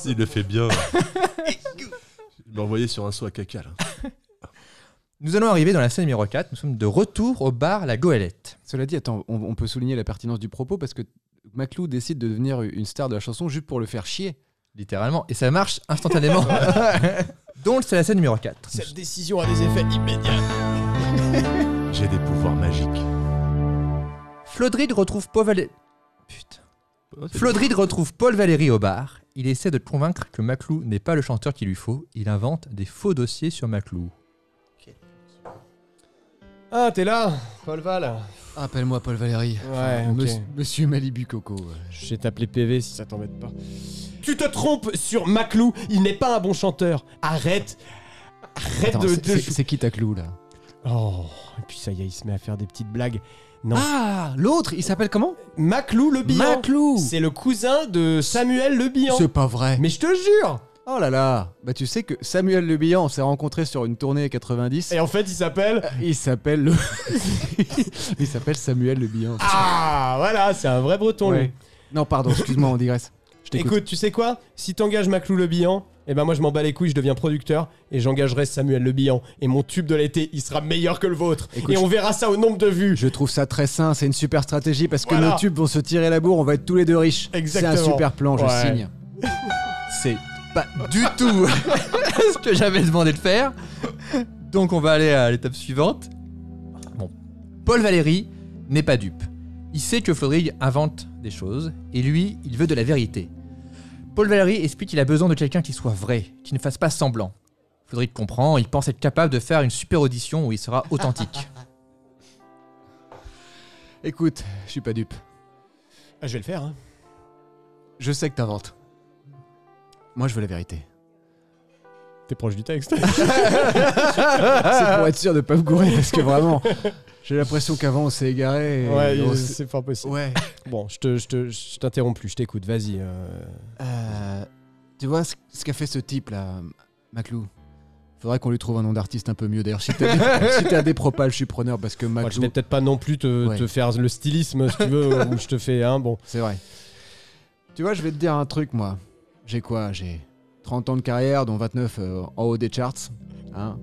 Speaker 4: Il le fait bien. Il m'a envoyé sur un saut à caca là.
Speaker 3: Nous allons arriver dans la scène numéro 4. Nous sommes de retour au bar La Goélette.
Speaker 5: Cela dit, attends, on, on peut souligner la pertinence du propos parce que Maclou décide de devenir une star de la chanson juste pour le faire chier.
Speaker 3: Littéralement. Et ça marche instantanément. Donc, c'est la scène numéro 4.
Speaker 1: Cette décision a des effets immédiats.
Speaker 4: J'ai des pouvoirs magiques.
Speaker 3: Flodrig retrouve Paul Valéry. Putain. Flodrig retrouve Paul Valéry au bar. Il essaie de le convaincre que Maclou n'est pas le chanteur qu'il lui faut. Il invente des faux dossiers sur Maclou.
Speaker 1: Ah, t'es là, Paul Val
Speaker 5: Appelle-moi Paul Valéry.
Speaker 1: Ouais, ok.
Speaker 5: Monsieur, Monsieur Malibu Coco. ouais.
Speaker 1: Je vais t'appeler PV si ça t'embête pas. Tu te trompes sur Maclou, il n'est pas un bon chanteur. Arrête Arrête
Speaker 5: Attends,
Speaker 1: de...
Speaker 5: c'est-
Speaker 1: de-
Speaker 5: c'est c'est qui ta clou là
Speaker 1: Oh, et puis ça y est, il se met à faire des petites blagues. Non.
Speaker 5: Ah, l'autre, il s'appelle comment
Speaker 1: Maclou le Bihan
Speaker 5: Maclou
Speaker 1: C'est le cousin de Samuel le Bihan.
Speaker 5: C'est pas vrai.
Speaker 1: Mais je te jure
Speaker 5: Oh là là Bah tu sais que Samuel Le Bihan, on s'est rencontré sur une tournée 90.
Speaker 1: Et euh, en fait, il s'appelle...
Speaker 5: Il s'appelle le... il s'appelle Samuel Le Bihan.
Speaker 1: Ah, voilà, c'est un vrai breton, lui.
Speaker 5: Ouais. Non, pardon, excuse-moi, on digresse. Je t'écoute.
Speaker 1: Écoute, tu sais quoi Si t'engages Maclou Le Bihan, eh ben moi je m'en bats les couilles, je deviens producteur et j'engagerai Samuel Le Bihan. Et mon tube de l'été, il sera meilleur que le vôtre.
Speaker 5: Écoute,
Speaker 1: et on
Speaker 5: je-
Speaker 1: verra ça au nombre de vues.
Speaker 5: Je trouve ça très sain, c'est une super stratégie parce que
Speaker 1: Voilà.
Speaker 5: nos tubes vont se tirer la bourre, on va être tous les deux riches. C'est un
Speaker 1: Exactement.
Speaker 5: super plan, je
Speaker 1: Ouais.
Speaker 5: signe.
Speaker 3: C'est pas du tout ce que j'avais demandé de faire. Donc on va aller à l'étape suivante. Bon, Paul Valéry n'est pas dupe. Il sait que Flodrig invente des choses et lui, il veut de la vérité. Paul Valéry explique qu'il a besoin de quelqu'un qui soit vrai, qui ne fasse pas semblant. Flodrig comprend, il pense être capable de faire une super audition où il sera authentique.
Speaker 5: Écoute, je suis pas dupe.
Speaker 1: Ah, je vais le faire. Hein.
Speaker 5: Je sais que t'inventes. Moi, je veux la vérité.
Speaker 1: T'es proche du texte.
Speaker 5: C'est pour être sûr de pas me gourer parce que vraiment, j'ai l'impression qu'avant on s'est égaré. et
Speaker 1: ouais,
Speaker 5: on
Speaker 1: euh,
Speaker 5: s'est-
Speaker 1: c'est fort possible.
Speaker 5: ouais.
Speaker 1: Oh. Bon, je te, je te, je t'interromps plus. Je t'écoute. Vas-y. euh.
Speaker 5: Euh, tu vois ce, ce qu'a fait ce type là, Maclou Faudrait qu'on lui trouve un nom d'artiste un peu mieux d'ailleurs. Si t'as des, si t'as des propales, je suis preneur parce que
Speaker 1: Enfin, je
Speaker 5: Maclou.
Speaker 1: vais peut-être pas non plus te,
Speaker 5: Ouais.
Speaker 1: te faire le stylisme si tu veux ou je te fais hein. Bon.
Speaker 5: C'est vrai. Tu vois, je vais te dire un truc, moi. J'ai quoi J'ai 30 ans de carrière, dont 29 euh, en haut des charts. hein.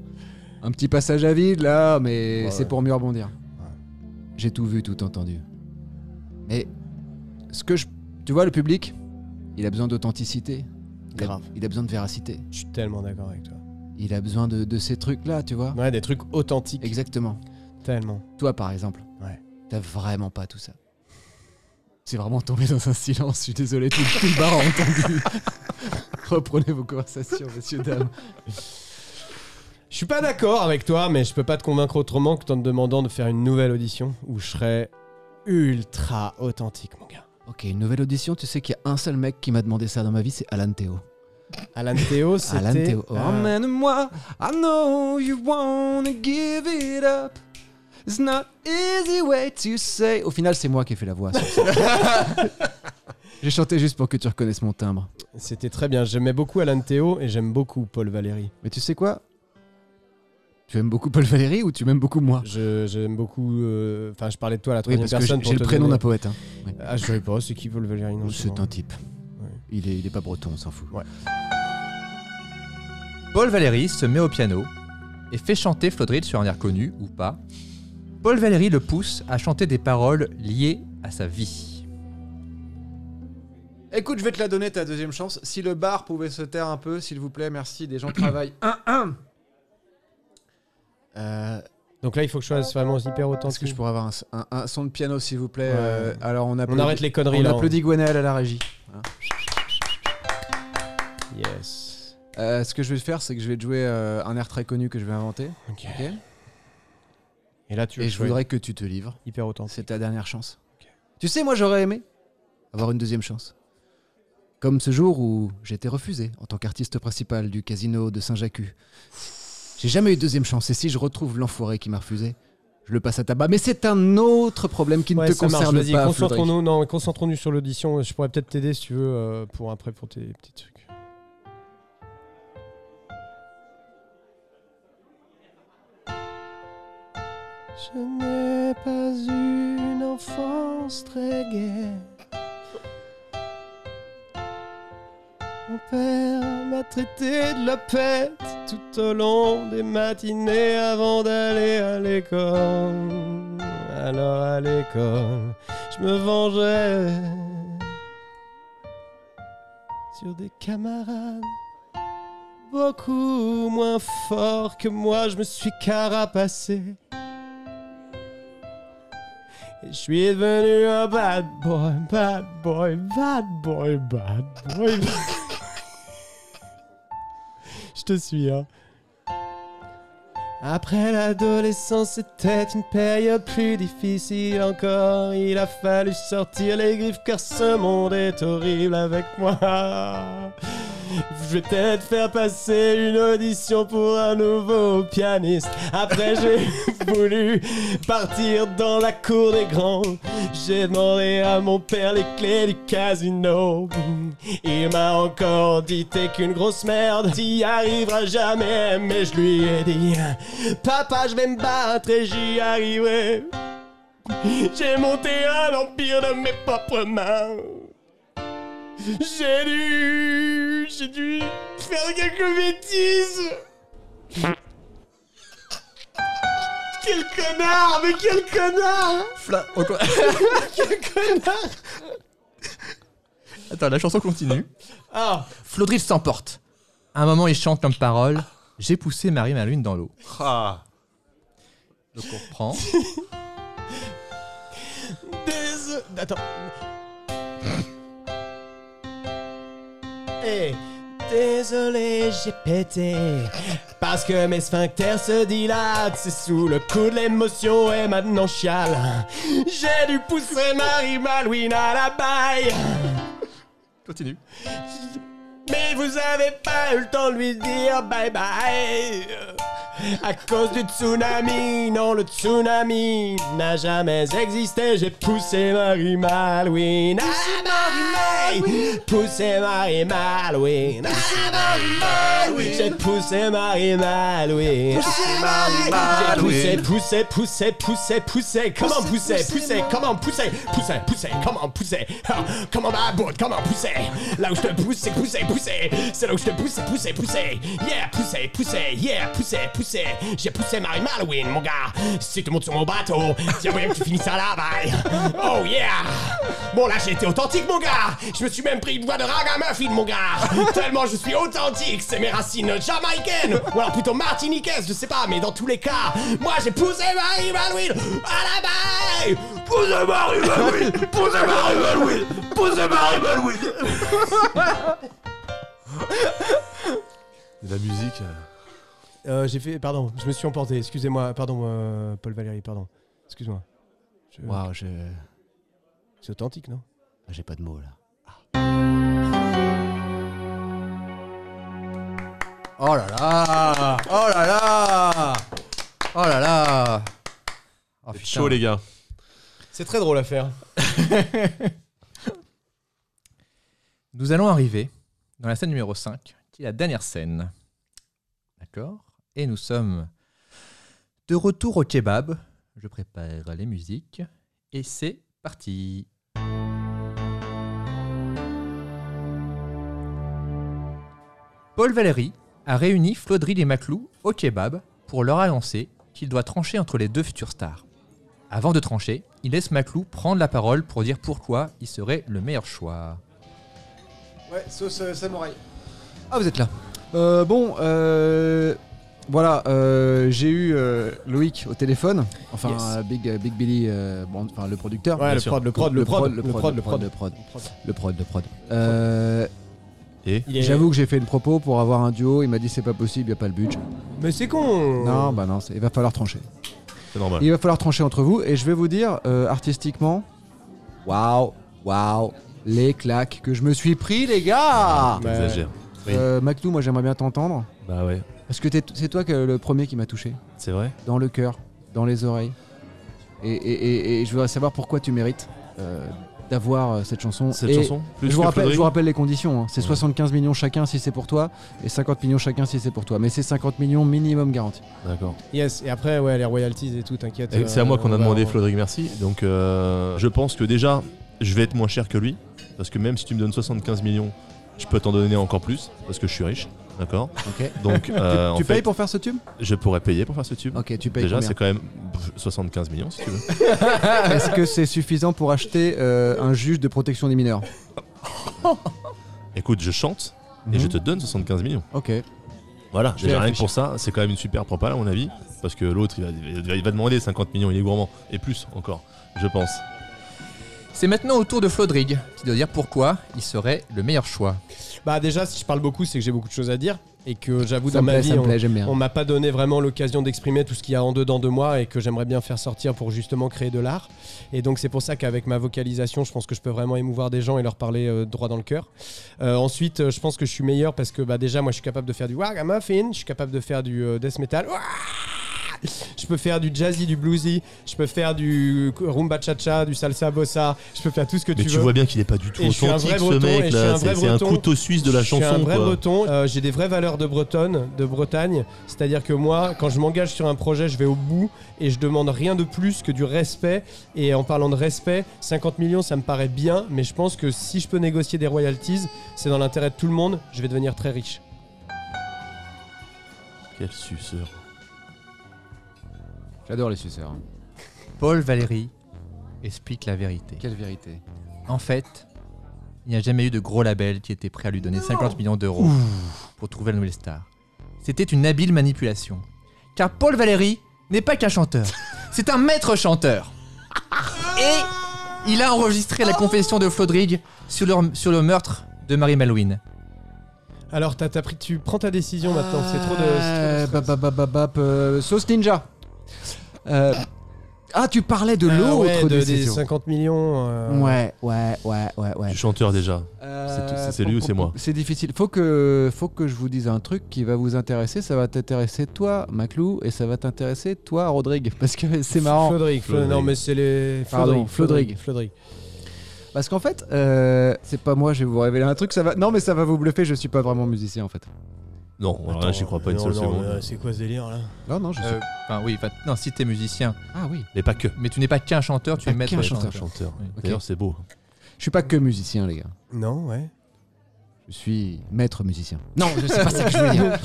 Speaker 5: un petit passage à vide, là, mais
Speaker 1: Ouais,
Speaker 5: c'est
Speaker 1: ouais.
Speaker 5: pour mieux rebondir. J'ai tout vu, tout entendu. Mais ce que je... Tu vois, le public, il a besoin d'authenticité. Il, a-
Speaker 1: Grave.
Speaker 5: il a besoin de véracité.
Speaker 1: Je suis tellement d'accord avec toi.
Speaker 5: Il a besoin de, de ces trucs-là, tu vois
Speaker 1: Ouais, des trucs authentiques.
Speaker 5: Exactement.
Speaker 1: Tellement.
Speaker 5: Toi, par exemple.
Speaker 1: Ouais.
Speaker 5: T'as vraiment pas tout ça. C'est vraiment tombé dans un silence, je suis désolé, tout, tout le bar a entendu. Reprenez vos conversations, messieurs, dames.
Speaker 1: Je suis pas d'accord avec toi, mais je peux pas te convaincre autrement que en te demandant de faire une nouvelle audition où je serais ultra authentique, mon gars.
Speaker 5: Ok, une nouvelle audition, tu sais qu'il y a un seul mec qui m'a demandé ça dans ma vie, c'est Alan Théo.
Speaker 1: Alan Théo, c'était.
Speaker 5: Alan Théo. oh,
Speaker 1: euh,
Speaker 5: Emmène-moi, I know you wanna give it up. It's not easy way to say. Au final, c'est moi qui ai fait la voix. sur ça. J'ai chanté juste pour que tu reconnaisses mon timbre.
Speaker 1: C'était très bien. J'aimais beaucoup Alan Théo et j'aime beaucoup Paul Valéry.
Speaker 5: Mais tu sais quoi Tu aimes beaucoup Paul Valéry ou tu m'aimes beaucoup moi
Speaker 1: Je- J'aime beaucoup. euh, Enfin, je parlais de toi à la
Speaker 5: Oui,
Speaker 1: troisième
Speaker 5: parce que
Speaker 1: personne.
Speaker 5: j'ai
Speaker 1: pour
Speaker 5: j'ai
Speaker 1: te
Speaker 5: le prénom d'un
Speaker 1: donner-
Speaker 5: poète. hein.
Speaker 1: Ah, je savais pas, c'est qui Paul Valéry non, c'est
Speaker 5: C'est
Speaker 1: bon.
Speaker 5: un type. Il, est, il est pas breton, on s'en fout.
Speaker 1: Ouais.
Speaker 3: Paul Valéry se met au piano et fait chanter Flodrid sur un air connu ou pas. Paul Valéry le pousse à chanter des paroles liées à sa vie.
Speaker 7: Écoute, je vais te la donner ta deuxième chance. Si le bar pouvait se taire un peu, s'il vous plaît, merci. Des gens travaillent. Un, un.
Speaker 5: Euh,
Speaker 1: Donc là, il faut que je sois vraiment hyper
Speaker 5: Est-ce que
Speaker 1: authentique.
Speaker 5: je pourrais avoir un, un- un son de piano, s'il vous plaît
Speaker 1: Ouais.
Speaker 5: euh, Alors on
Speaker 1: On
Speaker 5: applaudit,
Speaker 1: arrête les conneries
Speaker 5: on
Speaker 1: là.
Speaker 5: applaudit Gwenaël à la régie.
Speaker 1: Yes.
Speaker 5: Euh, ce que je vais faire, c'est que je vais te jouer euh, un air très connu que je vais inventer.
Speaker 1: Ok.
Speaker 5: ok
Speaker 1: Et là, tu veux
Speaker 5: Et
Speaker 1: que
Speaker 5: je
Speaker 1: sois
Speaker 5: voudrais que tu te livres.
Speaker 1: hyper authentique.
Speaker 5: C'est ta dernière chance.
Speaker 1: Ok.
Speaker 5: Tu sais, moi j'aurais aimé avoir une deuxième chance. Comme ce jour où j'ai été refusé en tant qu'artiste principal du casino de Saint-Jacques. J'ai jamais eu de deuxième chance et si je retrouve l'enfoiré qui m'a refusé, je le passe à tabac. Mais c'est un autre problème qui ne
Speaker 1: Ouais,
Speaker 5: te
Speaker 1: ça marche,
Speaker 5: concerne
Speaker 1: vas-y,
Speaker 5: pas. Flodric.
Speaker 1: Concentrons-nous, non, concentrons-nous sur l'audition. Je pourrais peut-être t'aider si tu veux euh, pour après pour tes petits trucs. Je n'ai pas une enfance très gaie. Mon père m'a traité de la pète tout au long des matinées avant d'aller à l'école. Alors à l'école, je me vengeais sur des camarades beaucoup moins forts que moi. Je me suis carapacé. Et Je suis devenu un bad boy, bad boy, bad boy, bad boy. bad- je te suis. hein. Après l'adolescence, c'était une période plus difficile encore. Il a fallu sortir les griffes car ce monde est horrible avec moi. Je vais peut-être faire passer une audition pour un nouveau pianiste. Après, j'ai voulu partir dans la cour des grands. J'ai demandé à mon père les clés du casino. Il m'a encore dit t'es qu'une grosse merde, t'y arriveras jamais. Mais je lui ai dit papa je vais me battre et j'y arriverai. J'ai monté un empire de mes propres mains. J'ai dû, j'ai dû faire quelques bêtises. Quel connard, mais quel connard hein.
Speaker 3: oh, Attends, la chanson continue.
Speaker 1: Ah,
Speaker 3: Flodrif s'emporte. À un moment, il chante comme parole J'ai poussé Marie-Malune dans l'eau.
Speaker 4: Ah,
Speaker 3: Donc on reprend.
Speaker 1: Dés- Attends. Eh, Désolé, j'ai pété. Parce que mes sphincters se dilatent. C'est sous le coup de l'émotion et maintenant je chiale. J'ai dû pousser Marie Malouine à la baille.
Speaker 4: continue.
Speaker 1: Mais vous avez pas eu le temps de lui dire bye bye. À cause du tsunami, non, le tsunami n'a jamais existé. J'ai poussé Marie Malouine. Poussé Marie Malouine. Poussé Marie Malouine. J'ai poussé Marie Malouine.
Speaker 4: Bah,
Speaker 1: J'ai poussé, poussé, poussé, poussé, poussé. Comment pousser, pousser, comment pousser, pousser, pousser, comment pousser. Ah, Comment ma boîte, comment pousser. Là où je te pousse, c'est pousser, pousser. C'est là où je te pousse, c'est pousser, pousser. Yeah, pousser, pousser, yeah, pousser, pousser. J'ai poussé Marie Malouine, mon gars. Si tu montes sur mon bateau, tiens, moyen que tu finisses à la baille. Oh yeah. Bon, là, j'ai été authentique, mon gars. Je me suis même pris une voix de ragamuffin, mon gars. Tellement je suis authentique, c'est mes racines jamaïcaines. Ou alors plutôt martiniquaises, je sais pas, mais dans tous les cas, moi, j'ai poussé Marie Malouine à la baille. Poussez Marie Malouine, poussez Marie Malouine, poussez Marie Malouine.
Speaker 4: Et La musique. euh,
Speaker 1: Euh, j'ai fait, pardon, je me suis emporté. Excusez-moi, pardon, euh, Paul Valéry, pardon. Excuse-moi. Je-
Speaker 8: Waouh, je.
Speaker 1: C'est authentique, non
Speaker 8: J'ai pas de mots là.
Speaker 3: Oh là là Oh là là Oh là là Oh
Speaker 4: c'est
Speaker 3: putain.
Speaker 4: Chaud, les gars.
Speaker 1: C'est très drôle à faire.
Speaker 3: Nous allons arriver dans la scène numéro 5, qui est la dernière scène. D'accord Et nous sommes de retour au kebab. Je prépare les musiques. Et c'est parti Paul Valéry a réuni Flodril et Maclou au kebab pour leur annoncer qu'il doit trancher entre les deux futures stars. Avant de trancher, il laisse Maclou prendre la parole pour dire pourquoi il serait le meilleur choix.
Speaker 7: Ouais, sauce euh, samouraï.
Speaker 5: Ah, vous êtes là. Euh, bon, euh, voilà, euh, j'ai eu euh, Loïc au téléphone. Enfin,
Speaker 1: Yes.
Speaker 5: euh, Big, euh, Big Billy, euh, bon, enfin, le producteur.
Speaker 1: Ouais,
Speaker 5: bien
Speaker 1: le
Speaker 5: sûr.
Speaker 1: prod, le prod, le prod,
Speaker 5: le prod, le prod, le prod, le prod, le prod. Euh,
Speaker 1: Il est-
Speaker 5: J'avoue que j'ai fait une propos pour avoir un duo. Il m'a dit c'est pas possible, y a pas le budget.
Speaker 1: Mais c'est con.
Speaker 5: Non, bah non, c'est- il va falloir trancher.
Speaker 4: C'est normal.
Speaker 5: Il va falloir trancher entre vous. Et je vais vous dire, euh, artistiquement, waouh, waouh, les claques que je me suis pris, les gars.
Speaker 1: Ouais.
Speaker 4: Exagère. Oui.
Speaker 5: Euh, Maclou, moi j'aimerais bien t'entendre.
Speaker 4: Bah ouais,
Speaker 5: Parce que t'es- c'est toi que le premier qui m'a touché.
Speaker 4: c'est vrai.
Speaker 5: Dans le cœur, dans les oreilles. Et, et- et- et je voudrais savoir pourquoi tu mérites euh, d'avoir euh, cette chanson.
Speaker 4: Cette
Speaker 5: Et
Speaker 4: chanson. Plus
Speaker 5: je vous,
Speaker 4: que
Speaker 5: rappelle,
Speaker 4: Flodrig.
Speaker 5: je vous rappelle les conditions. hein. C'est 75 millions chacun si c'est pour toi et 50 millions chacun si c'est pour toi. Mais c'est 50 millions minimum garanti.
Speaker 4: D'accord.
Speaker 1: Yes, et après, ouais, les royalties et tout, t'inquiète.
Speaker 4: Et C'est à
Speaker 1: euh,
Speaker 4: moi qu'on a
Speaker 1: on va-
Speaker 4: demandé, Flodrig, merci. Donc, euh, je pense que déjà, je vais être moins cher que lui. Parce que même si tu me donnes 75 millions, je peux t'en donner encore plus. Parce que je suis riche. D'accord
Speaker 5: Ok.
Speaker 4: Donc, euh, en
Speaker 5: tu
Speaker 4: fait,
Speaker 5: payes pour faire ce tube
Speaker 4: je pourrais payer pour faire ce tube.
Speaker 5: Ok, tu payes
Speaker 4: Déjà,
Speaker 5: combien
Speaker 4: c'est quand même pff, 75 millions si tu veux.
Speaker 5: Est-ce que c'est suffisant pour acheter euh, un juge de protection des mineurs
Speaker 4: Écoute, je chante et
Speaker 5: Mhm.
Speaker 4: je te donne 75 millions.
Speaker 5: Ok.
Speaker 4: Voilà,
Speaker 5: vais
Speaker 4: déjà rien que pour ça, c'est quand même une super propale à mon avis. Parce que l'autre, il va, il va- il va demander 50 millions, il est gourmand. Et plus encore, je pense.
Speaker 3: C'est maintenant au tour de Flodrig qui doit dire pourquoi il serait le meilleur choix.
Speaker 1: Bah déjà, si je parle beaucoup, c'est que j'ai beaucoup de choses à dire. et que j'avoue
Speaker 5: Ça
Speaker 1: dans
Speaker 5: me
Speaker 1: ma
Speaker 5: plaît,
Speaker 1: vie,
Speaker 5: ça me
Speaker 1: on-
Speaker 5: plaît, j'aime bien.
Speaker 1: on m'a pas donné vraiment l'occasion d'exprimer tout ce qu'il y a en dedans de moi et que j'aimerais bien faire sortir pour justement créer de l'art. Et donc c'est pour ça qu'avec ma vocalisation, je pense que je peux vraiment émouvoir des gens et leur parler euh, droit dans le cœur. Euh, ensuite, euh, je pense que je suis meilleur parce que bah, déjà moi je suis capable de faire du ragamuffin, je suis capable de faire du euh, death metal. Ouah Je peux faire du jazzy, du bluesy, je peux faire du rumba cha-cha, du salsa bossa, je peux faire tout ce que
Speaker 4: Mais
Speaker 1: tu
Speaker 4: tu
Speaker 1: veux.
Speaker 4: vois bien qu'il est pas du tout
Speaker 1: Et je suis un
Speaker 4: authentique
Speaker 1: vrai
Speaker 4: ce
Speaker 1: breton, et
Speaker 4: mec
Speaker 1: je suis un
Speaker 4: là.
Speaker 1: vrai
Speaker 4: C'est c'est un
Speaker 1: breton.
Speaker 4: couteau suisse de la chanson.
Speaker 1: Je suis un vrai
Speaker 4: quoi.
Speaker 1: breton, euh, j'ai des vraies valeurs de bretonne, de Bretagne. C'est-à-dire que moi, quand je m'engage sur un projet, je vais au bout et je demande rien de plus que du respect. Et en parlant de respect, 50 millions, ça me paraît bien, mais je pense que si je peux négocier des royalties, c'est dans l'intérêt de tout le monde, je vais devenir très riche.
Speaker 4: Quel suceur.
Speaker 5: J'adore les suceurs. hein.
Speaker 3: Paul Valéry explique la vérité.
Speaker 5: Quelle vérité.
Speaker 3: En fait, il n'y a jamais eu de gros label qui était prêt à lui donner 50 millions d'euros pour trouver la nouvelle star. C'était une habile manipulation. Car Paul Valéry n'est pas qu'un chanteur, c'est un maître chanteur. Et il a enregistré la confession de Flodrig sur le, sur le meurtre de Marie Malouine.
Speaker 1: Alors, t'as, t'as pris, tu prends ta décision maintenant, c'est trop de. c'est
Speaker 5: Euh,
Speaker 1: trop de
Speaker 5: bap,
Speaker 1: stress.
Speaker 5: bap, bap, bap, bap, euh, sauce ninja. Euh, ah, tu parlais de
Speaker 1: Ah
Speaker 5: l'autre
Speaker 1: ouais, de- des
Speaker 5: décision.
Speaker 1: 50 millions. euh,
Speaker 5: Ouais, ouais, ouais, ouais, ouais.
Speaker 4: Du chanteur déjà.
Speaker 5: Euh,
Speaker 4: c'est lui
Speaker 5: pou-
Speaker 4: ou
Speaker 5: pou-
Speaker 4: c'est moi
Speaker 5: C'est difficile. Faut que, faut que je vous dise un truc qui va vous intéresser. Ça va t'intéresser toi, Maclou, et ça va t'intéresser toi, Rodrigue, parce que c'est marrant.
Speaker 1: Flodrig, Flo- non
Speaker 4: Flodrig.
Speaker 1: mais c'est les.
Speaker 5: Pardon, Flodrig.
Speaker 1: Flodrig.
Speaker 5: Parce qu'en fait, euh, c'est pas moi. Je vais vous révéler un truc. Ça va. Non, mais ça va vous bluffer. Je suis pas vraiment musicien en fait.
Speaker 4: Non, alors là, j'y crois pas une
Speaker 1: Attends,
Speaker 4: seule
Speaker 1: non, non,
Speaker 4: seconde.
Speaker 1: mais, euh, C'est quoi ce délire là
Speaker 5: Non, non. Je suis...
Speaker 3: Euh, Enfin oui, enfin, non, si t'es musicien,
Speaker 1: Euh.
Speaker 5: Ah oui.
Speaker 4: Mais pas que.
Speaker 3: mais tu n'es pas qu'un chanteur, tu es
Speaker 5: Pas
Speaker 3: maître
Speaker 5: qu'un
Speaker 3: chanteur.
Speaker 4: Chanteur.
Speaker 3: Oui.
Speaker 4: D'ailleurs, c'est beau.
Speaker 5: Je suis pas que musicien, les gars.
Speaker 1: Non, ouais.
Speaker 5: Je suis maître musicien. Non, je sais pas ça que je veux dire.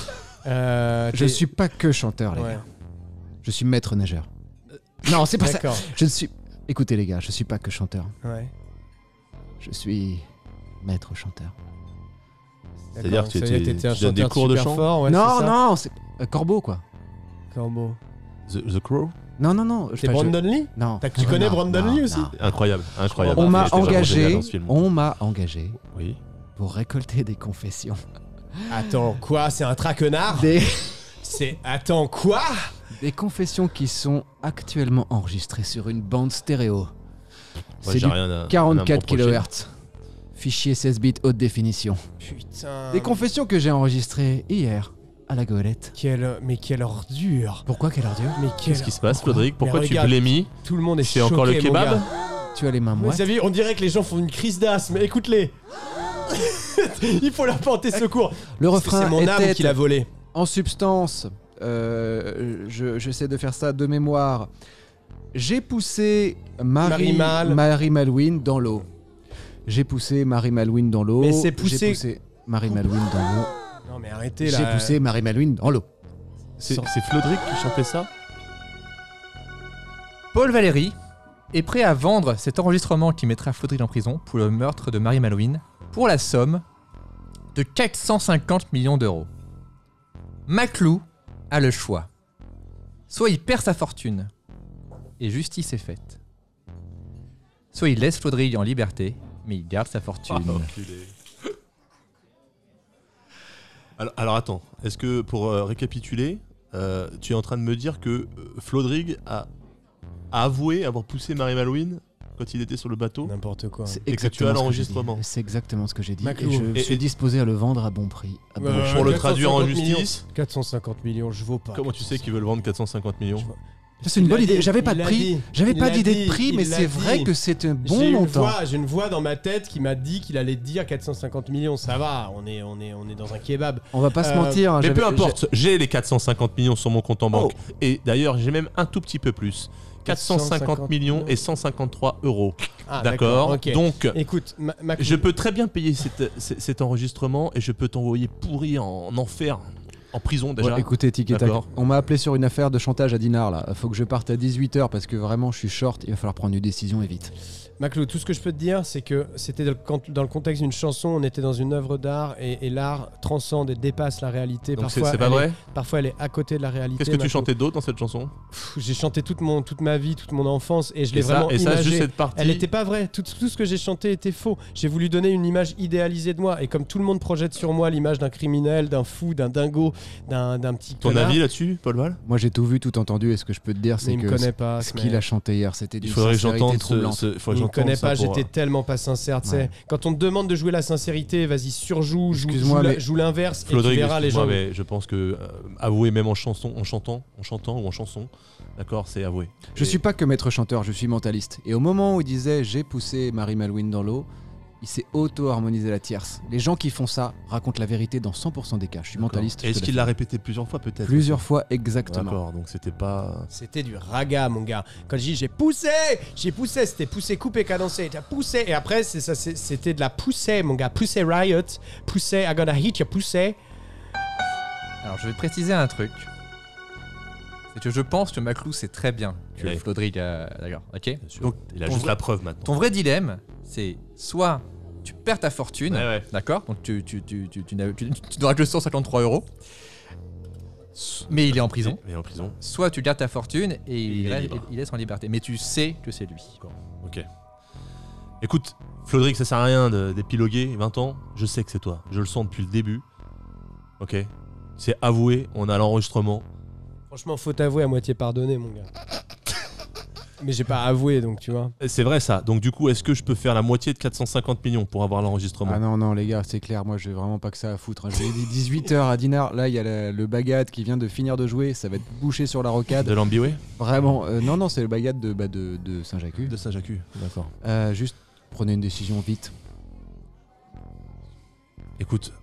Speaker 1: Euh,
Speaker 5: Je
Speaker 1: t'es-
Speaker 5: suis pas que chanteur, les
Speaker 1: Ouais. Euh,
Speaker 5: gars. Je suis maître nageur. Non, c'est pas ça.
Speaker 1: D'accord.
Speaker 5: Je ne suis. Écoutez, les gars, je suis pas que chanteur.
Speaker 1: Ouais.
Speaker 5: Je suis maître chanteur.
Speaker 4: C'est-à-dire que tu
Speaker 1: Ça y est,
Speaker 4: étais-
Speaker 1: t'étais un
Speaker 4: tu donnes des
Speaker 1: chanteur
Speaker 4: cours de
Speaker 1: super
Speaker 4: chant
Speaker 1: fort, ouais, c'est
Speaker 5: non,
Speaker 1: ça
Speaker 5: non, c'est euh, Corbeau quoi.
Speaker 1: Corbeau.
Speaker 4: The, The Crow
Speaker 5: Non, non, non.
Speaker 1: C'est
Speaker 5: enfin,
Speaker 1: Brandon Lee
Speaker 5: Non.
Speaker 1: T'as- tu connais
Speaker 5: Non,
Speaker 1: Brandon
Speaker 5: non,
Speaker 1: Lee aussi
Speaker 5: non.
Speaker 4: Incroyable, incroyable.
Speaker 5: On m'a
Speaker 4: J'étais vraiment génial
Speaker 5: engagé.
Speaker 4: dans ce film.
Speaker 5: On m'a engagé
Speaker 4: Oui.
Speaker 5: pour récolter des confessions.
Speaker 1: Attends, quoi C'est un traquenard
Speaker 5: Des,
Speaker 1: C'est. Attends, quoi
Speaker 5: Oh, des confessions qui sont actuellement enregistrées sur une bande stéréo.
Speaker 4: Moi, j'ai
Speaker 5: c'est du
Speaker 4: rien à- rien à me
Speaker 5: 44
Speaker 4: reprocher.
Speaker 5: kHz. Fichier 16 bits haute définition.
Speaker 1: Putain.
Speaker 5: Des confessions que j'ai enregistrées hier à la goélette.
Speaker 1: Quelle... Mais quelle ordure
Speaker 5: Pourquoi quelle ordure
Speaker 1: Mais quelle.
Speaker 4: Qu'est-ce qui se passe, Flodric Pourquoi
Speaker 1: Mais
Speaker 4: tu
Speaker 1: regarde,
Speaker 4: blémis
Speaker 1: Tout le monde est
Speaker 4: C'est
Speaker 1: choqué,
Speaker 4: encore le
Speaker 1: mon
Speaker 4: kebab
Speaker 1: gars.
Speaker 5: Tu as les mains
Speaker 1: Mais
Speaker 5: moites.
Speaker 1: Vous avez vu, on dirait que les gens font une crise d'asthme. Écoute-les Il faut leur porter secours.
Speaker 5: Le
Speaker 1: C'est-
Speaker 5: refrain
Speaker 1: C'est mon âme
Speaker 5: était
Speaker 1: qui l'a volé.
Speaker 5: en substance. euh, je- J'essaie de faire ça de mémoire. J'ai poussé Marie,
Speaker 1: Marie Mal.
Speaker 5: Marie Malouine dans l'eau. J'ai poussé Marie Malouine dans l'eau.
Speaker 1: Mais c'est
Speaker 5: J'ai
Speaker 1: poussé-
Speaker 5: poussé Marie Malouine dans l'eau.
Speaker 1: Non mais arrêtez là.
Speaker 5: J'ai poussé Marie Malouine dans l'eau.
Speaker 4: C'est
Speaker 1: Sans-
Speaker 4: c'est Flodric qui chantait ça
Speaker 3: Paul Valéry est prêt à vendre cet enregistrement qui mettra Flodrig en prison pour le meurtre de Marie Malouine pour la somme de 450 millions d'euros. Maclou a le choix. Soit il perd sa fortune et justice est faite. Soit il laisse Flodrig en liberté mais il garde sa
Speaker 4: Ah,
Speaker 3: fortune.
Speaker 4: Oh. alors, alors attends, est-ce que pour euh, récapituler, euh, tu es en train de me dire que euh, Flodrig a, a avoué avoir poussé Marie Malouine quand il était sur le bateau
Speaker 1: N'importe quoi.
Speaker 5: C'est
Speaker 4: Et que tu as
Speaker 5: exactement ce que j'ai
Speaker 4: l'enregistrement.
Speaker 5: dit. C'est exactement ce que j'ai dit.
Speaker 1: Maclou.
Speaker 5: Et je
Speaker 4: Et-
Speaker 5: suis
Speaker 4: et-
Speaker 5: disposé à le vendre à bon prix. à bon
Speaker 1: Ouais,
Speaker 5: prix.
Speaker 4: Pour le
Speaker 1: 450
Speaker 4: traduire en
Speaker 1: millions. Bah,
Speaker 4: justice
Speaker 1: 450 millions, je vaux pas.
Speaker 4: Comment tu sais qu'ils veulent vendre 450 millions
Speaker 5: Ça, C'est une
Speaker 1: Il
Speaker 5: bonne
Speaker 1: l'a
Speaker 5: idée.
Speaker 1: dit,
Speaker 5: J'avais pas
Speaker 1: il
Speaker 5: de
Speaker 1: l'a
Speaker 5: prix.
Speaker 1: dit,
Speaker 5: J'avais
Speaker 1: il
Speaker 5: pas
Speaker 1: l'a
Speaker 5: d'idée
Speaker 1: dit,
Speaker 5: de prix,
Speaker 1: il
Speaker 5: mais
Speaker 1: l'a
Speaker 5: c'est
Speaker 1: dit.
Speaker 5: vrai que c'est un
Speaker 1: j'ai
Speaker 5: bon
Speaker 1: une
Speaker 5: montant.
Speaker 1: voix, j'ai une voix dans ma tête qui m'a dit qu'il allait dire 450 millions. Ça va, on est, on est, on est dans un kebab.
Speaker 5: On va pas se
Speaker 1: Euh,
Speaker 5: mentir. hein,
Speaker 4: Mais
Speaker 5: j'avais-
Speaker 4: peu importe, j'ai les 450 millions sur mon compte en banque. Et d'ailleurs, j'ai même un tout petit peu plus. 450 millions et 153 euros.
Speaker 1: Ah,
Speaker 4: D'accord
Speaker 1: ok.
Speaker 4: Donc,
Speaker 1: écoute, ma, ma-
Speaker 4: je peux très bien payer cet, cet enregistrement et je peux t'envoyer pourri en enfer. en prison déjà.
Speaker 5: Ouais, écoutez, Tic et Tac,
Speaker 4: D'accord.
Speaker 5: on m'a appelé sur une affaire de chantage à Dinard là. Faut que je parte à 18h parce que vraiment je suis short, il va falloir prendre une décision et vite.
Speaker 1: Maclou, tout ce que je peux te dire, c'est que c'était dans le- quand- dans le contexte d'une chanson, on était dans une œuvre d'art et, et l'art transcende et dépasse la réalité.
Speaker 4: Donc c'est
Speaker 1: parfois,
Speaker 4: c'est pas
Speaker 1: elle
Speaker 4: vrai
Speaker 1: est- Parfois, elle est à côté de la réalité.
Speaker 4: Qu'est-ce que tu
Speaker 1: Maclou.
Speaker 4: chantais d'autre dans cette chanson
Speaker 1: Pff, J'ai chanté toute, mon, toute ma vie, toute mon enfance et je l'ai
Speaker 4: Et ça,
Speaker 1: vraiment
Speaker 4: et ça,
Speaker 1: imagée.
Speaker 4: juste cette partie.
Speaker 1: Elle n'était pas vraie. Tout, tout ce que j'ai chanté était faux. J'ai voulu donner une image idéalisée de moi. Et comme tout le monde projette sur moi l'image d'un criminel, d'un fou, d'un dingo, d'un d'un petit
Speaker 4: Ton
Speaker 1: connard,
Speaker 4: avis là-dessus, Paul Val
Speaker 5: Moi j'ai tout vu, tout entendu et ce que je peux te dire
Speaker 1: mais
Speaker 5: c'est
Speaker 1: il me
Speaker 5: que
Speaker 1: connaît pas.
Speaker 5: ce
Speaker 1: ce
Speaker 5: qu'il
Speaker 1: mec.
Speaker 5: a chanté hier c'était d'une
Speaker 4: Il faudrait que
Speaker 5: sincérité
Speaker 4: j'entende ce.
Speaker 5: troublante.
Speaker 4: ce- faudrait que
Speaker 1: Il me
Speaker 4: j'entende
Speaker 1: connaît
Speaker 4: ça
Speaker 1: pas,
Speaker 4: pour, euh,
Speaker 1: j'étais tellement pas sincère, tu sais.
Speaker 5: euh, Ouais.
Speaker 1: Quand on te demande de jouer la sincérité, vas-y, surjoue, joue,
Speaker 5: Excuse-moi,
Speaker 1: joue la-
Speaker 5: mais-
Speaker 1: joue l'inverse et tu
Speaker 4: Flodrig,
Speaker 1: verras les gens.
Speaker 4: excuse-moi, mais je pense que euh, avouer même en chanson, en chantant, en chantant ou en chanson, d'accord, c'est avouer.
Speaker 5: Je
Speaker 4: Et-
Speaker 5: suis pas que maître chanteur, je suis mentaliste. Et au moment où il disait j'ai poussé Marie Malouine dans l'eau, il s'est auto-harmonisé la tierce. Les gens qui font ça racontent la vérité dans 100% des cas. Je suis mentaliste.
Speaker 4: Et
Speaker 5: je te
Speaker 4: Est-ce
Speaker 5: le
Speaker 4: qu'il
Speaker 5: fais.
Speaker 4: l'a répété plusieurs fois peut-être
Speaker 5: plusieurs fois exactement
Speaker 4: D'accord, donc c'était pas.
Speaker 1: C'était du raga, mon gars. Quand je dis j'ai poussé, j'ai poussé, c'était poussé, coupé, cadencé, t'as poussé. Et après, c'est ça, c'est- c'était de la poussée, mon gars. Poussée riot, poussée, I gonna hit you, poussée.
Speaker 3: Alors, je vais préciser un truc. C'est que je pense que Maclou sait très bien que
Speaker 4: Ouais.
Speaker 3: Flodrig a. D'accord, ok
Speaker 4: Bien sûr.
Speaker 3: Donc,
Speaker 4: il a
Speaker 3: ton
Speaker 4: juste
Speaker 3: vrai-
Speaker 4: la preuve maintenant.
Speaker 3: ton vrai dilemme, c'est soit tu perds ta fortune,
Speaker 4: Ouais, ouais.
Speaker 3: d'accord Donc, tu, tu, tu, tu, tu n'as- tu- tu n'auras que 153 euros, mais il est en prison.
Speaker 4: Il est en prison.
Speaker 3: Soit tu gardes ta fortune et il,
Speaker 4: Il est
Speaker 3: reste-
Speaker 4: libre.
Speaker 3: il- il est en liberté. Mais tu sais que c'est lui.
Speaker 4: Ok. Écoute, Flodric, ça sert à rien de- d'épiloguer 20 ans. Je sais que c'est toi. Je le sens depuis le début. Ok C'est avoué, on a l'enregistrement.
Speaker 1: Franchement, faut t'avouer à moitié pardonné, mon gars. Mais j'ai pas avoué, donc tu vois.
Speaker 4: Et C'est vrai ça. Donc du coup, est-ce que je peux faire la moitié de 450 millions pour avoir l'enregistrement
Speaker 5: Ah non, non, les gars, c'est clair, moi j'ai vraiment pas que ça à foutre. hein. Je vous ai dit 18h à Dinard, là il y a le, le bagad qui vient de finir de jouer, ça va être bouché sur la
Speaker 4: De
Speaker 5: rocade.
Speaker 4: l'ambiway
Speaker 5: Vraiment, euh, non, non, c'est le bagad de, bah, de, de Saint-Jacques.
Speaker 4: De Saint-Jacques. D'accord.
Speaker 5: Euh, juste prenez une décision vite.
Speaker 4: Écoute,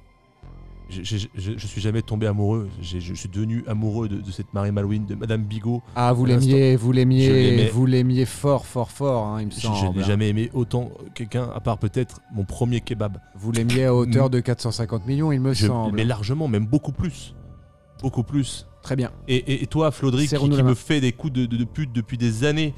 Speaker 4: j'ai- j'ai- j'ai- je suis jamais tombé amoureux. J'ai- Je suis devenu amoureux de, de cette Marie Malouine, de Madame Bigot.
Speaker 5: Ah, vous
Speaker 4: À l'instant,
Speaker 5: l'aimiez, vous
Speaker 4: je l'aimais.
Speaker 5: l'aimiez, vous l'aimiez fort, fort, fort, hein, il me
Speaker 4: Je, je
Speaker 5: semble.
Speaker 4: n'ai jamais aimé autant quelqu'un, à part peut-être mon premier kebab.
Speaker 5: Vous l'aimiez à hauteur de 450 millions, il me
Speaker 4: Mm. Je-
Speaker 5: semble.
Speaker 4: mais largement, même beaucoup plus. Beaucoup plus.
Speaker 5: Très bien.
Speaker 4: Et, et- et toi, Flodric, qui,
Speaker 5: Serre-nous
Speaker 4: qui
Speaker 5: la main.
Speaker 4: me fait des coups de, de- de pute depuis des années,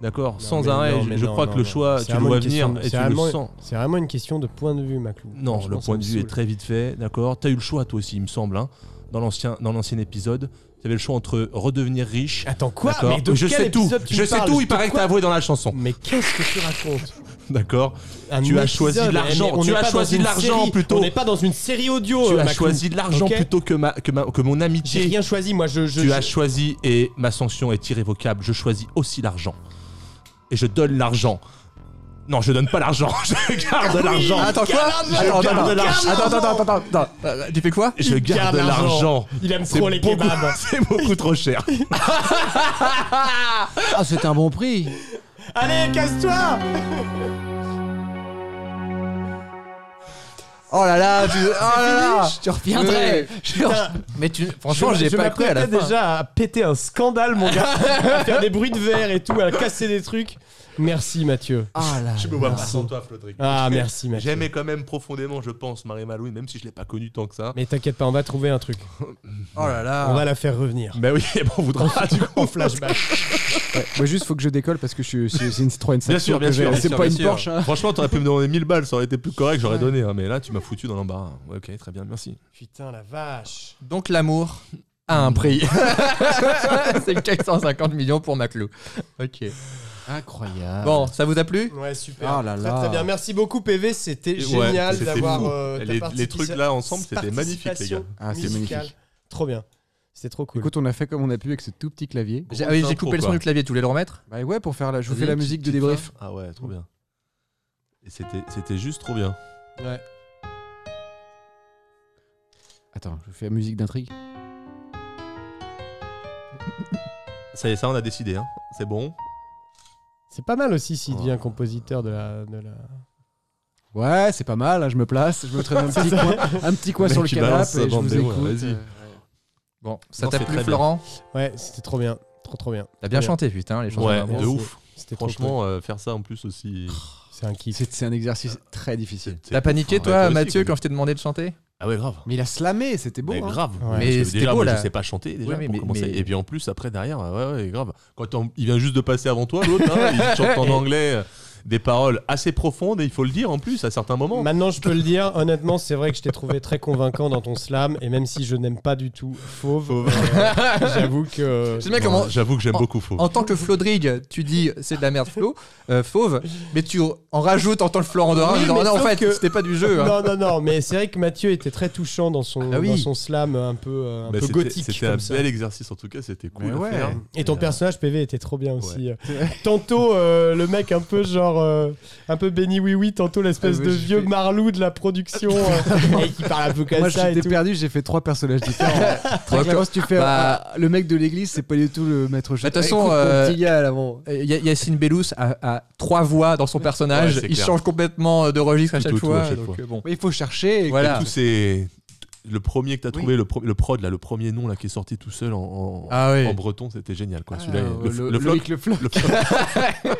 Speaker 4: d'accord, sans
Speaker 1: mais
Speaker 4: arrêt,
Speaker 1: non,
Speaker 4: je,
Speaker 1: mais
Speaker 4: je
Speaker 1: non,
Speaker 4: crois
Speaker 1: non,
Speaker 4: que le
Speaker 1: non.
Speaker 4: choix,
Speaker 1: C'est
Speaker 4: tu le
Speaker 1: vraiment
Speaker 4: vois
Speaker 1: une question-
Speaker 4: venir et
Speaker 1: c'est
Speaker 4: tu le
Speaker 1: vraiment-
Speaker 4: sens.
Speaker 1: C'est vraiment une question de point de vue, Maclou.
Speaker 4: Non,
Speaker 1: Franchement,
Speaker 4: le
Speaker 1: ça
Speaker 4: point
Speaker 1: me
Speaker 4: de vue est
Speaker 1: saoule.
Speaker 4: très vite fait, d'accord. T'as eu le choix, toi aussi, il me semble, hein, dans l'ancien dans l'ancien épisode. T'avais le choix entre redevenir riche.
Speaker 1: Attends, quoi
Speaker 4: d'accord
Speaker 1: Mais de
Speaker 4: je
Speaker 1: quel
Speaker 4: sais tout,
Speaker 1: épisode tu
Speaker 4: je
Speaker 1: me
Speaker 4: sais
Speaker 1: parles
Speaker 4: tout, il paraît que
Speaker 1: Quoi
Speaker 4: t'as avoué dans la chanson.
Speaker 1: Mais qu'est-ce que tu racontes
Speaker 4: D'accord
Speaker 1: Un
Speaker 4: Tu as
Speaker 1: épisode,
Speaker 4: choisi de
Speaker 1: mais
Speaker 4: l'argent,
Speaker 1: on
Speaker 4: tu
Speaker 1: n'est
Speaker 4: as
Speaker 1: pas
Speaker 4: choisi de
Speaker 1: dans une
Speaker 4: l'argent
Speaker 1: série,
Speaker 4: plutôt.
Speaker 1: On n'est pas dans une série audio.
Speaker 4: Tu as
Speaker 1: Maclou.
Speaker 4: choisi de l'argent
Speaker 1: Oh, ok
Speaker 4: plutôt que ma, que, ma- que mon
Speaker 1: J'ai
Speaker 4: amitié.
Speaker 1: rien choisi, moi. Je, je-
Speaker 4: tu
Speaker 1: je-
Speaker 4: as choisi et ma sanction est irrévocable. Je choisis aussi l'argent. Et je donne l'argent. Non, je donne pas l'argent. Je garde l'argent.
Speaker 3: Attends, quoi
Speaker 4: Je garde l'argent.
Speaker 3: Attends, attends, attends, attends, attends. Tu fais quoi
Speaker 4: Je
Speaker 1: Il
Speaker 4: garde ah, l'argent.
Speaker 1: Il aime
Speaker 4: C'est
Speaker 1: trop les
Speaker 4: beaucoup-
Speaker 1: kebabs.
Speaker 4: C'est beaucoup trop cher.
Speaker 5: Ah, c'était un bon prix.
Speaker 1: Allez, casse-toi
Speaker 3: Oh là là, tu, oh là là
Speaker 5: Je reviendrai.
Speaker 1: Putain,
Speaker 3: Mais tu, franchement,
Speaker 1: je-
Speaker 3: j'ai
Speaker 1: je
Speaker 3: pas cru à la
Speaker 1: m'apprêtais
Speaker 3: fin.
Speaker 1: déjà à péter un scandale, mon gars. à faire des bruits de verre et tout, à casser des trucs. Merci, Mathieu.
Speaker 5: Ah là.
Speaker 4: me vois pas sans toi, Flodric.
Speaker 1: Ah, merci, Mathieu.
Speaker 4: J'aimais quand même profondément, je pense, Marie Malouine, même si je l'ai pas connue tant que ça.
Speaker 1: Mais t'inquiète pas, on va trouver un truc.
Speaker 3: Oh là
Speaker 1: On
Speaker 5: Ah.
Speaker 3: là.
Speaker 1: va la faire revenir.
Speaker 4: Bah oui, et bon, on voudra du coup.
Speaker 1: En flashback.
Speaker 5: Ouais, moi juste faut que je décolle parce que je suis c'est c'est une Citroën.
Speaker 4: Bien sûr, bien sûr, bien
Speaker 5: C'est
Speaker 4: sûr,
Speaker 5: pas
Speaker 4: bien
Speaker 5: une
Speaker 4: sûr.
Speaker 5: Porsche. hein.
Speaker 4: Franchement, t'aurais pu me demander 1000 balles, ça aurait été plus correct, j'aurais donné. hein, mais là, tu m'as foutu dans l'embarras. Ouais, Ok, très bien, merci.
Speaker 1: Putain, la vache.
Speaker 3: Donc l'amour a un prix. c'est 450 millions pour Maclou. Ok.
Speaker 4: Ah
Speaker 5: Incroyable.
Speaker 3: Bon, ça vous a plu
Speaker 1: Ouais, super.
Speaker 5: Ah là
Speaker 1: Très,
Speaker 5: là.
Speaker 1: très bien. Merci beaucoup, PV. C'était
Speaker 4: Et ouais,
Speaker 1: génial
Speaker 4: c'était
Speaker 1: d'avoir.
Speaker 4: fou.
Speaker 1: euh, ta
Speaker 4: Les- les
Speaker 1: participa-
Speaker 4: trucs là, ensemble, c'était magnifique, les gars.
Speaker 5: Ah, c'est
Speaker 1: musicale.
Speaker 5: magnifique.
Speaker 1: Trop bien. C'était trop cool.
Speaker 5: Écoute, on a fait comme on a pu avec ce tout petit clavier.
Speaker 3: J'ai ah oui, j'ai
Speaker 4: intro,
Speaker 3: coupé le son
Speaker 4: quoi.
Speaker 3: du clavier, tu voulais le remettre
Speaker 5: Bah ouais, pour faire la, je vous
Speaker 4: Vas-y,
Speaker 5: fais la
Speaker 4: une
Speaker 5: musique de
Speaker 4: petite
Speaker 5: débrief.
Speaker 4: fin. Ah ouais, trop bien. Et c'était, c'était juste trop bien.
Speaker 1: Ouais.
Speaker 5: Attends, je vous fais la musique d'intrigue.
Speaker 4: Ça y est, ça on a décidé, hein. C'est bon.
Speaker 1: C'est pas mal aussi s'il
Speaker 4: Ouais.
Speaker 1: devient compositeur de la. de la-
Speaker 5: Ouais, c'est pas mal. hein, je me place, je me traîne un petit coin, un petit coin
Speaker 4: Le
Speaker 5: sur le
Speaker 4: mec qui balance
Speaker 5: canapé
Speaker 4: sa
Speaker 5: et je
Speaker 4: bande
Speaker 5: vous
Speaker 4: démo,
Speaker 5: écoute.
Speaker 4: vas-y.
Speaker 3: Bon, ça
Speaker 4: Non,
Speaker 3: t'a
Speaker 4: c'est
Speaker 3: plu,
Speaker 4: très
Speaker 3: Florent
Speaker 1: Ouais, c'était trop bien. Trop, trop bien.
Speaker 3: T'as bien
Speaker 1: Ouais.
Speaker 3: chanté, putain, les chansons.
Speaker 4: Ouais,
Speaker 3: d'amour.
Speaker 4: de ouf.
Speaker 1: C'était trop
Speaker 4: Franchement, euh, faire ça en plus aussi.
Speaker 1: cool. C'est un kiff.
Speaker 5: C'est c'est un exercice très difficile.
Speaker 3: T'as paniqué,
Speaker 4: hein. Ouais, toi
Speaker 3: toi,
Speaker 4: aussi,
Speaker 3: Mathieu,
Speaker 4: quoi.
Speaker 3: quand je t'ai demandé de chanter
Speaker 4: Ah ouais, grave.
Speaker 7: Mais il a slamé, c'était beau.
Speaker 4: Mais
Speaker 7: hein.
Speaker 4: grave.
Speaker 1: Ouais.
Speaker 4: Parce
Speaker 3: Mais
Speaker 4: que
Speaker 3: c'était
Speaker 4: déjà,
Speaker 3: beau,
Speaker 4: moi,
Speaker 3: là.
Speaker 4: je sais pas chanter déjà
Speaker 3: Ouais, mais-
Speaker 4: pour
Speaker 3: mais-
Speaker 4: commencer.
Speaker 3: mais-
Speaker 4: Et puis en plus, après, derrière, ouais, ouais, grave. Quand on- il vient juste de passer avant toi, l'autre, hein, il chante en anglais euh, des paroles assez profondes, et il faut le dire en plus, à certains moments.
Speaker 1: Maintenant, je peux le dire, honnêtement, c'est vrai que je t'ai trouvé très convaincant dans ton slam, et même si je n'aime pas du tout Fauve, euh, j'avoue que.
Speaker 3: J'aime bien comment,
Speaker 4: Ouais, J'avoue que j'aime
Speaker 3: en-
Speaker 4: beaucoup Faux.
Speaker 3: en tant que Flodrig, tu dis c'est de la merde Flo, euh, fauve, mais tu en rajoutes en tant que Florent Dorin, en
Speaker 1: Oui,
Speaker 3: disant,
Speaker 1: mais
Speaker 3: non, en
Speaker 1: sauf
Speaker 3: fait,
Speaker 1: que-
Speaker 3: c'était pas du jeu. hein.
Speaker 1: Non, non, non, mais c'est vrai que Mathieu était très touchant dans son,
Speaker 3: Ah oui.
Speaker 1: dans son slam un peu, euh, un
Speaker 4: Bah,
Speaker 1: peu
Speaker 4: c'était-
Speaker 1: gothique.
Speaker 4: C'était
Speaker 1: comme
Speaker 4: un
Speaker 1: ça.
Speaker 4: bel exercice en tout cas, c'était cool.
Speaker 7: Mais
Speaker 4: à
Speaker 7: ouais.
Speaker 4: faire.
Speaker 1: Et ton personnage PV était trop bien aussi. Tantôt euh, le mec un peu genre euh, un peu béni oui oui, tantôt l'espèce
Speaker 5: Ah oui,
Speaker 1: de
Speaker 5: j'ai
Speaker 1: vieux
Speaker 5: fait-
Speaker 1: marlou de la production euh, et qui parle un peu comme
Speaker 5: Moi,
Speaker 1: ça et
Speaker 5: j'étais
Speaker 1: tout.
Speaker 5: perdu, j'ai fait trois personnages différents. Très
Speaker 3: Donc,
Speaker 5: clairement, si tu Bah, fais
Speaker 3: bah-
Speaker 5: ah, le mec de l'église, c'est pas du tout le maître
Speaker 3: De
Speaker 5: chef.
Speaker 3: toute façon,
Speaker 5: Écoute, mon
Speaker 3: euh,
Speaker 5: petit gars, là, bon.
Speaker 3: Euh, Ya- Yacine Bellous a, a trois voix dans son personnage,
Speaker 4: Ouais, c'est
Speaker 3: il
Speaker 4: clair.
Speaker 3: change complètement de registre à
Speaker 4: Tout,
Speaker 3: chaque
Speaker 4: tout, tout,
Speaker 3: fois.
Speaker 4: à chaque
Speaker 3: donc,
Speaker 4: fois.
Speaker 3: euh, bon.
Speaker 5: Mais Il faut chercher. et-
Speaker 3: Voilà.
Speaker 4: Et tous ces- Le premier que t'as trouvé, le, pro- le prod, là, le premier nom là, qui est sorti tout seul en, en-
Speaker 3: Ah oui.
Speaker 4: en breton, c'était génial. Quoi.
Speaker 5: Ah,
Speaker 4: Celui-là,
Speaker 5: euh,
Speaker 4: le, le,
Speaker 5: le-
Speaker 4: floc,
Speaker 5: Loïc le floc.
Speaker 4: le floc.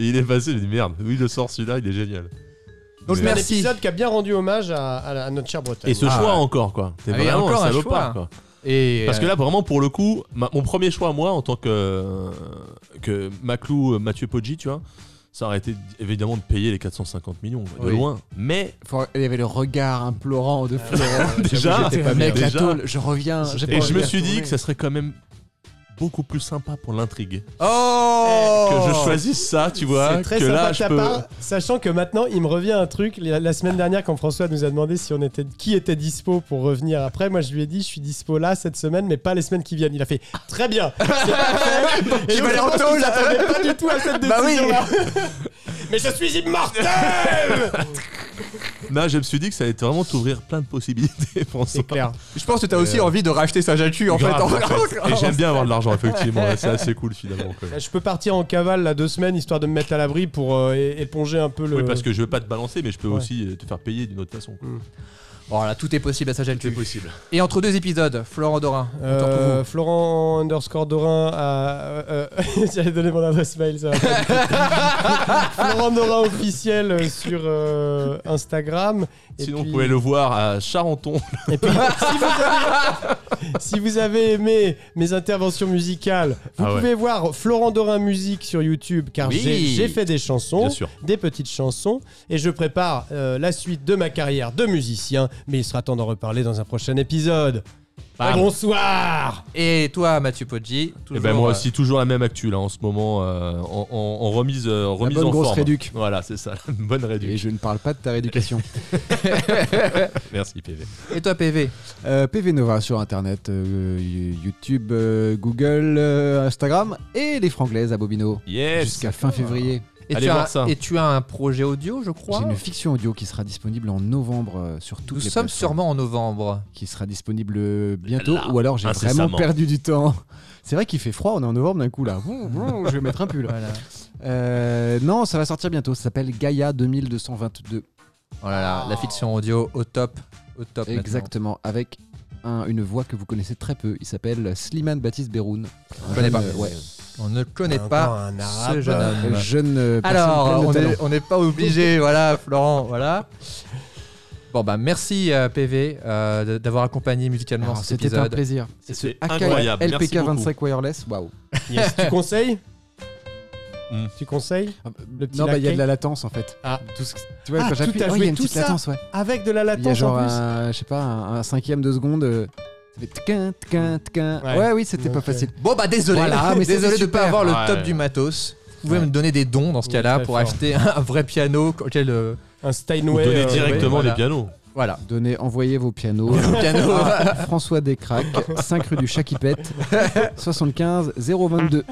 Speaker 4: Et il est passé, j'ai dit merde, oui, le sort celui-là, il est génial. Mais-
Speaker 3: Donc,
Speaker 1: C'est un
Speaker 3: Merci.
Speaker 1: épisode qui a bien rendu hommage à, à la- à notre chère Bretagne.
Speaker 4: Et ce
Speaker 3: Ah,
Speaker 4: choix
Speaker 3: ouais.
Speaker 4: encore, quoi. T'es
Speaker 3: Ah oui,
Speaker 4: vraiment
Speaker 3: encore un
Speaker 4: un salopard,
Speaker 3: choix.
Speaker 4: quoi.
Speaker 3: Et,
Speaker 4: Parce que
Speaker 3: euh,
Speaker 4: là, vraiment, pour le coup, ma- mon premier choix, moi, en tant que, euh, que Maclou, euh, Mathieu Poggi, tu vois, ça aurait été évidemment de payer les 450 millions, de
Speaker 5: Oui.
Speaker 4: loin. Mais
Speaker 5: Faut- Il y avait le regard implorant de Florent.
Speaker 4: déjà,
Speaker 5: J'étais pas mec, la
Speaker 4: déjà.
Speaker 5: tôle, je reviens. j'ai pas
Speaker 4: Et
Speaker 5: envie
Speaker 4: je me
Speaker 5: de
Speaker 4: suis dit
Speaker 5: retourner.
Speaker 4: que ça serait quand même beaucoup plus sympa pour l'intrigue.
Speaker 3: Oh
Speaker 4: Que je choisisse ça, tu vois,
Speaker 1: C'est très
Speaker 4: que
Speaker 1: sympa
Speaker 4: là
Speaker 1: de
Speaker 4: je
Speaker 1: ta
Speaker 4: peux.
Speaker 1: part, sachant que maintenant il me revient un truc. La, la semaine dernière, quand François nous a demandé si on était, qui était dispo pour revenir après, moi je lui ai dit je suis dispo là cette semaine, mais pas les semaines qui viennent. Il a fait très bien. C'est parfait. Et
Speaker 3: Tu
Speaker 1: donc,
Speaker 3: vas aller
Speaker 1: je
Speaker 3: en
Speaker 1: pense qu'il
Speaker 3: taule.
Speaker 1: s'attendait pas du tout à cette
Speaker 3: Bah oui.
Speaker 1: décision-là. mais je suis immortel.
Speaker 4: Non, je me suis dit que ça allait vraiment t'ouvrir plein de possibilités, François.
Speaker 1: C'est clair.
Speaker 3: Je pense que t'as aussi envie de racheter sa jatu en fait.
Speaker 4: euh, Grave,
Speaker 3: en-
Speaker 4: en fait. Et j'aime bien avoir de l'argent, effectivement. ouais, C'est assez cool, finalement. quoi.
Speaker 1: Je peux partir en cavale là deux semaines histoire de me mettre à l'abri pour euh, é- éponger un peu le.
Speaker 4: Oui, parce que je veux pas te balancer, mais je peux
Speaker 1: Ouais.
Speaker 4: aussi euh, te faire payer d'une autre façon. quoi.
Speaker 3: Oh là, tout est possible à sa
Speaker 4: C'est
Speaker 3: jatu.
Speaker 4: possible.
Speaker 3: Et entre deux épisodes, Florent Dorin, on
Speaker 1: Euh,
Speaker 3: t'en retrouve où
Speaker 1: Florent underscore Dorin à. euh, euh, J'allais donner mon adresse mail, ça. va pas. Florent Dorin officiel euh, sur euh, Instagram. Et
Speaker 4: Sinon,
Speaker 1: puis-
Speaker 4: vous pouvez le voir à Charenton.
Speaker 1: Et puis, si, vous avez, si vous avez aimé mes interventions musicales, vous
Speaker 4: Ah ouais.
Speaker 1: pouvez voir Florent Dorin Musique sur YouTube, car
Speaker 3: Oui.
Speaker 1: j'ai- j'ai fait des chansons,
Speaker 4: Bien sûr.
Speaker 1: des petites chansons, et je prépare euh, la suite de ma carrière de musicien, mais il sera temps d'en reparler dans un prochain épisode.
Speaker 3: Bam.
Speaker 1: Bonsoir!
Speaker 3: Et toi, Mathieu Poggi
Speaker 4: Et
Speaker 3: toujours,
Speaker 4: ben moi
Speaker 3: euh,
Speaker 4: aussi, toujours la même actu, là, en ce moment, euh, en, en- en remise, euh, en, remise
Speaker 5: bonne
Speaker 4: en
Speaker 5: grosse
Speaker 4: forme.
Speaker 5: réduc.
Speaker 4: Voilà, c'est ça, la bonne
Speaker 5: Et
Speaker 4: réduction.
Speaker 5: je ne parle pas de ta rééducation.
Speaker 4: Merci, PV.
Speaker 3: Et toi, PV
Speaker 5: Euh, PV Nova sur internet, euh, YouTube, euh, Google, euh, Instagram et les franglaises à Bobino.
Speaker 4: Yes!
Speaker 5: Jusqu'à fin février.
Speaker 3: et
Speaker 4: Allez
Speaker 3: tu, as,
Speaker 4: voir ça.
Speaker 3: et tu as un projet audio, je crois
Speaker 5: J'ai une fiction audio qui sera disponible en novembre euh, sur toutes
Speaker 3: Nous
Speaker 5: les
Speaker 3: sommes
Speaker 5: plateformes,
Speaker 3: sûrement en novembre.
Speaker 5: qui sera disponible euh, bientôt
Speaker 4: Là,
Speaker 5: ou alors j'ai
Speaker 4: incessamment.
Speaker 5: vraiment perdu du temps. C'est vrai qu'il fait froid, on est en novembre d'un coup là. Vroom, vroom, je vais mettre un pull.
Speaker 3: Voilà.
Speaker 5: Euh, non, ça va sortir bientôt. Ça s'appelle Gaia 2222.
Speaker 3: Oh là là,
Speaker 5: Ah.
Speaker 3: la fiction audio au top. Au top. maintenant.
Speaker 5: Exactement, avec un- une voix que vous connaissez très peu. Il s'appelle Slimane Baptiste Beroun.
Speaker 3: Je connais pas.
Speaker 5: ouais.
Speaker 3: On ne connaît
Speaker 1: Encore
Speaker 3: pas
Speaker 1: un
Speaker 5: Ah,
Speaker 3: ce
Speaker 1: arabe.
Speaker 3: jeune homme.
Speaker 5: Jeune euh, personne
Speaker 3: Alors,
Speaker 5: pleine de
Speaker 3: on
Speaker 5: talent.
Speaker 3: est- on n'est pas obligé, voilà, Florent, voilà. Bon, bah, merci euh, PV euh, d- d'avoir accompagné musicalement
Speaker 5: Alors,
Speaker 3: cet
Speaker 5: Ah, C'était un
Speaker 3: épisode.
Speaker 5: plaisir. Et ce
Speaker 4: C'était
Speaker 5: AK
Speaker 4: incroyable, merci
Speaker 5: LPK 25 wireless, waouh.
Speaker 1: Yes, tu conseilles
Speaker 4: Hmm.
Speaker 1: Tu conseilles Le petit
Speaker 5: Non, bah il y a
Speaker 1: laquais.
Speaker 5: de la latence en fait.
Speaker 1: Ah.
Speaker 5: Tout ce- tu vois,
Speaker 1: Ah,
Speaker 5: quand
Speaker 1: tout
Speaker 5: j'appuie,
Speaker 1: à
Speaker 5: oh, il y
Speaker 1: jouer,
Speaker 5: a une
Speaker 1: tout
Speaker 5: petite
Speaker 1: ça.
Speaker 5: latence, ouais.
Speaker 1: Avec de la
Speaker 5: Il y a
Speaker 1: latence
Speaker 5: genre
Speaker 1: en plus
Speaker 5: un, je sais pas, un, un cinquième de seconde. euh, ça fait tquin, tquin, tquin.
Speaker 1: Ouais.
Speaker 5: Ouais, oui, c'était pas
Speaker 1: Ok.
Speaker 5: facile.
Speaker 3: Bon, bah, désolé.
Speaker 5: Voilà, mais c'était
Speaker 3: désolé de ne
Speaker 5: super.
Speaker 3: pas avoir le
Speaker 4: Ouais.
Speaker 3: top du matos. Vous pouvez
Speaker 5: Ouais.
Speaker 3: me donner des dons dans ce
Speaker 1: Oui,
Speaker 3: cas-là
Speaker 1: très
Speaker 3: pour
Speaker 1: fort.
Speaker 3: acheter un vrai piano. Auquel, euh,
Speaker 1: Un
Speaker 4: Ou
Speaker 1: Steinway.
Speaker 4: donner
Speaker 1: euh,
Speaker 4: directement
Speaker 3: ouais, voilà.
Speaker 4: les pianos.
Speaker 3: voilà,
Speaker 5: Donnez, envoyez vos pianos.
Speaker 3: le piano.
Speaker 5: Ah, François Descraques, 5 rue du Chakipette, 75 022.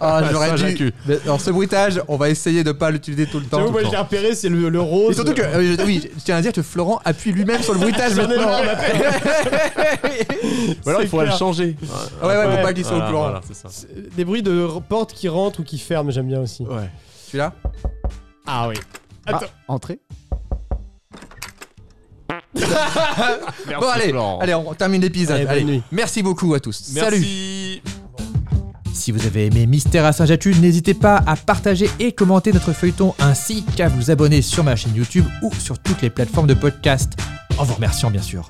Speaker 3: Ah, j'aurais
Speaker 4: Ça,
Speaker 3: dû-
Speaker 4: j'accuse.
Speaker 3: Mais, alors, ce bruitage, on va essayer de pas l'utiliser tout le
Speaker 1: Tu
Speaker 3: temps.
Speaker 1: vois, moi, je l'ai repéré, c'est le, le
Speaker 3: Et
Speaker 1: rose.
Speaker 3: surtout que, euh, je- oui, je tiens à dire que Florent appuie lui-même sur le bruitage
Speaker 1: J'en ai marre,
Speaker 3: maintenant.
Speaker 1: ma paix.
Speaker 4: Ou alors, il
Speaker 1: C'est
Speaker 4: faudrait le
Speaker 1: clair.
Speaker 4: changer.
Speaker 3: Ah ouais, ouais,
Speaker 1: Ouais.
Speaker 3: pour pas qu'il soit au
Speaker 4: Voilà,
Speaker 3: courant.
Speaker 4: voilà, c'est ça.
Speaker 1: C'est- Des bruits de r- portes qui rentrent ou qui ferment, j'aime bien aussi.
Speaker 4: Ouais.
Speaker 3: Celui-là
Speaker 1: Ah oui.
Speaker 5: Ah,
Speaker 1: Attends.
Speaker 5: entrée.
Speaker 3: Bon, allez,
Speaker 4: Florent.
Speaker 3: allez, on termine l'épisode.
Speaker 1: Allez,
Speaker 3: Allez,
Speaker 1: bonne nuit.
Speaker 3: Merci beaucoup à tous. Salut.
Speaker 4: Merci.
Speaker 3: Si vous avez aimé Mystère à Saint-Jatu, n'hésitez pas à partager et commenter notre feuilleton ainsi qu'à vous abonner sur ma chaîne YouTube ou sur toutes les plateformes de podcast. en vous remerciant bien sûr.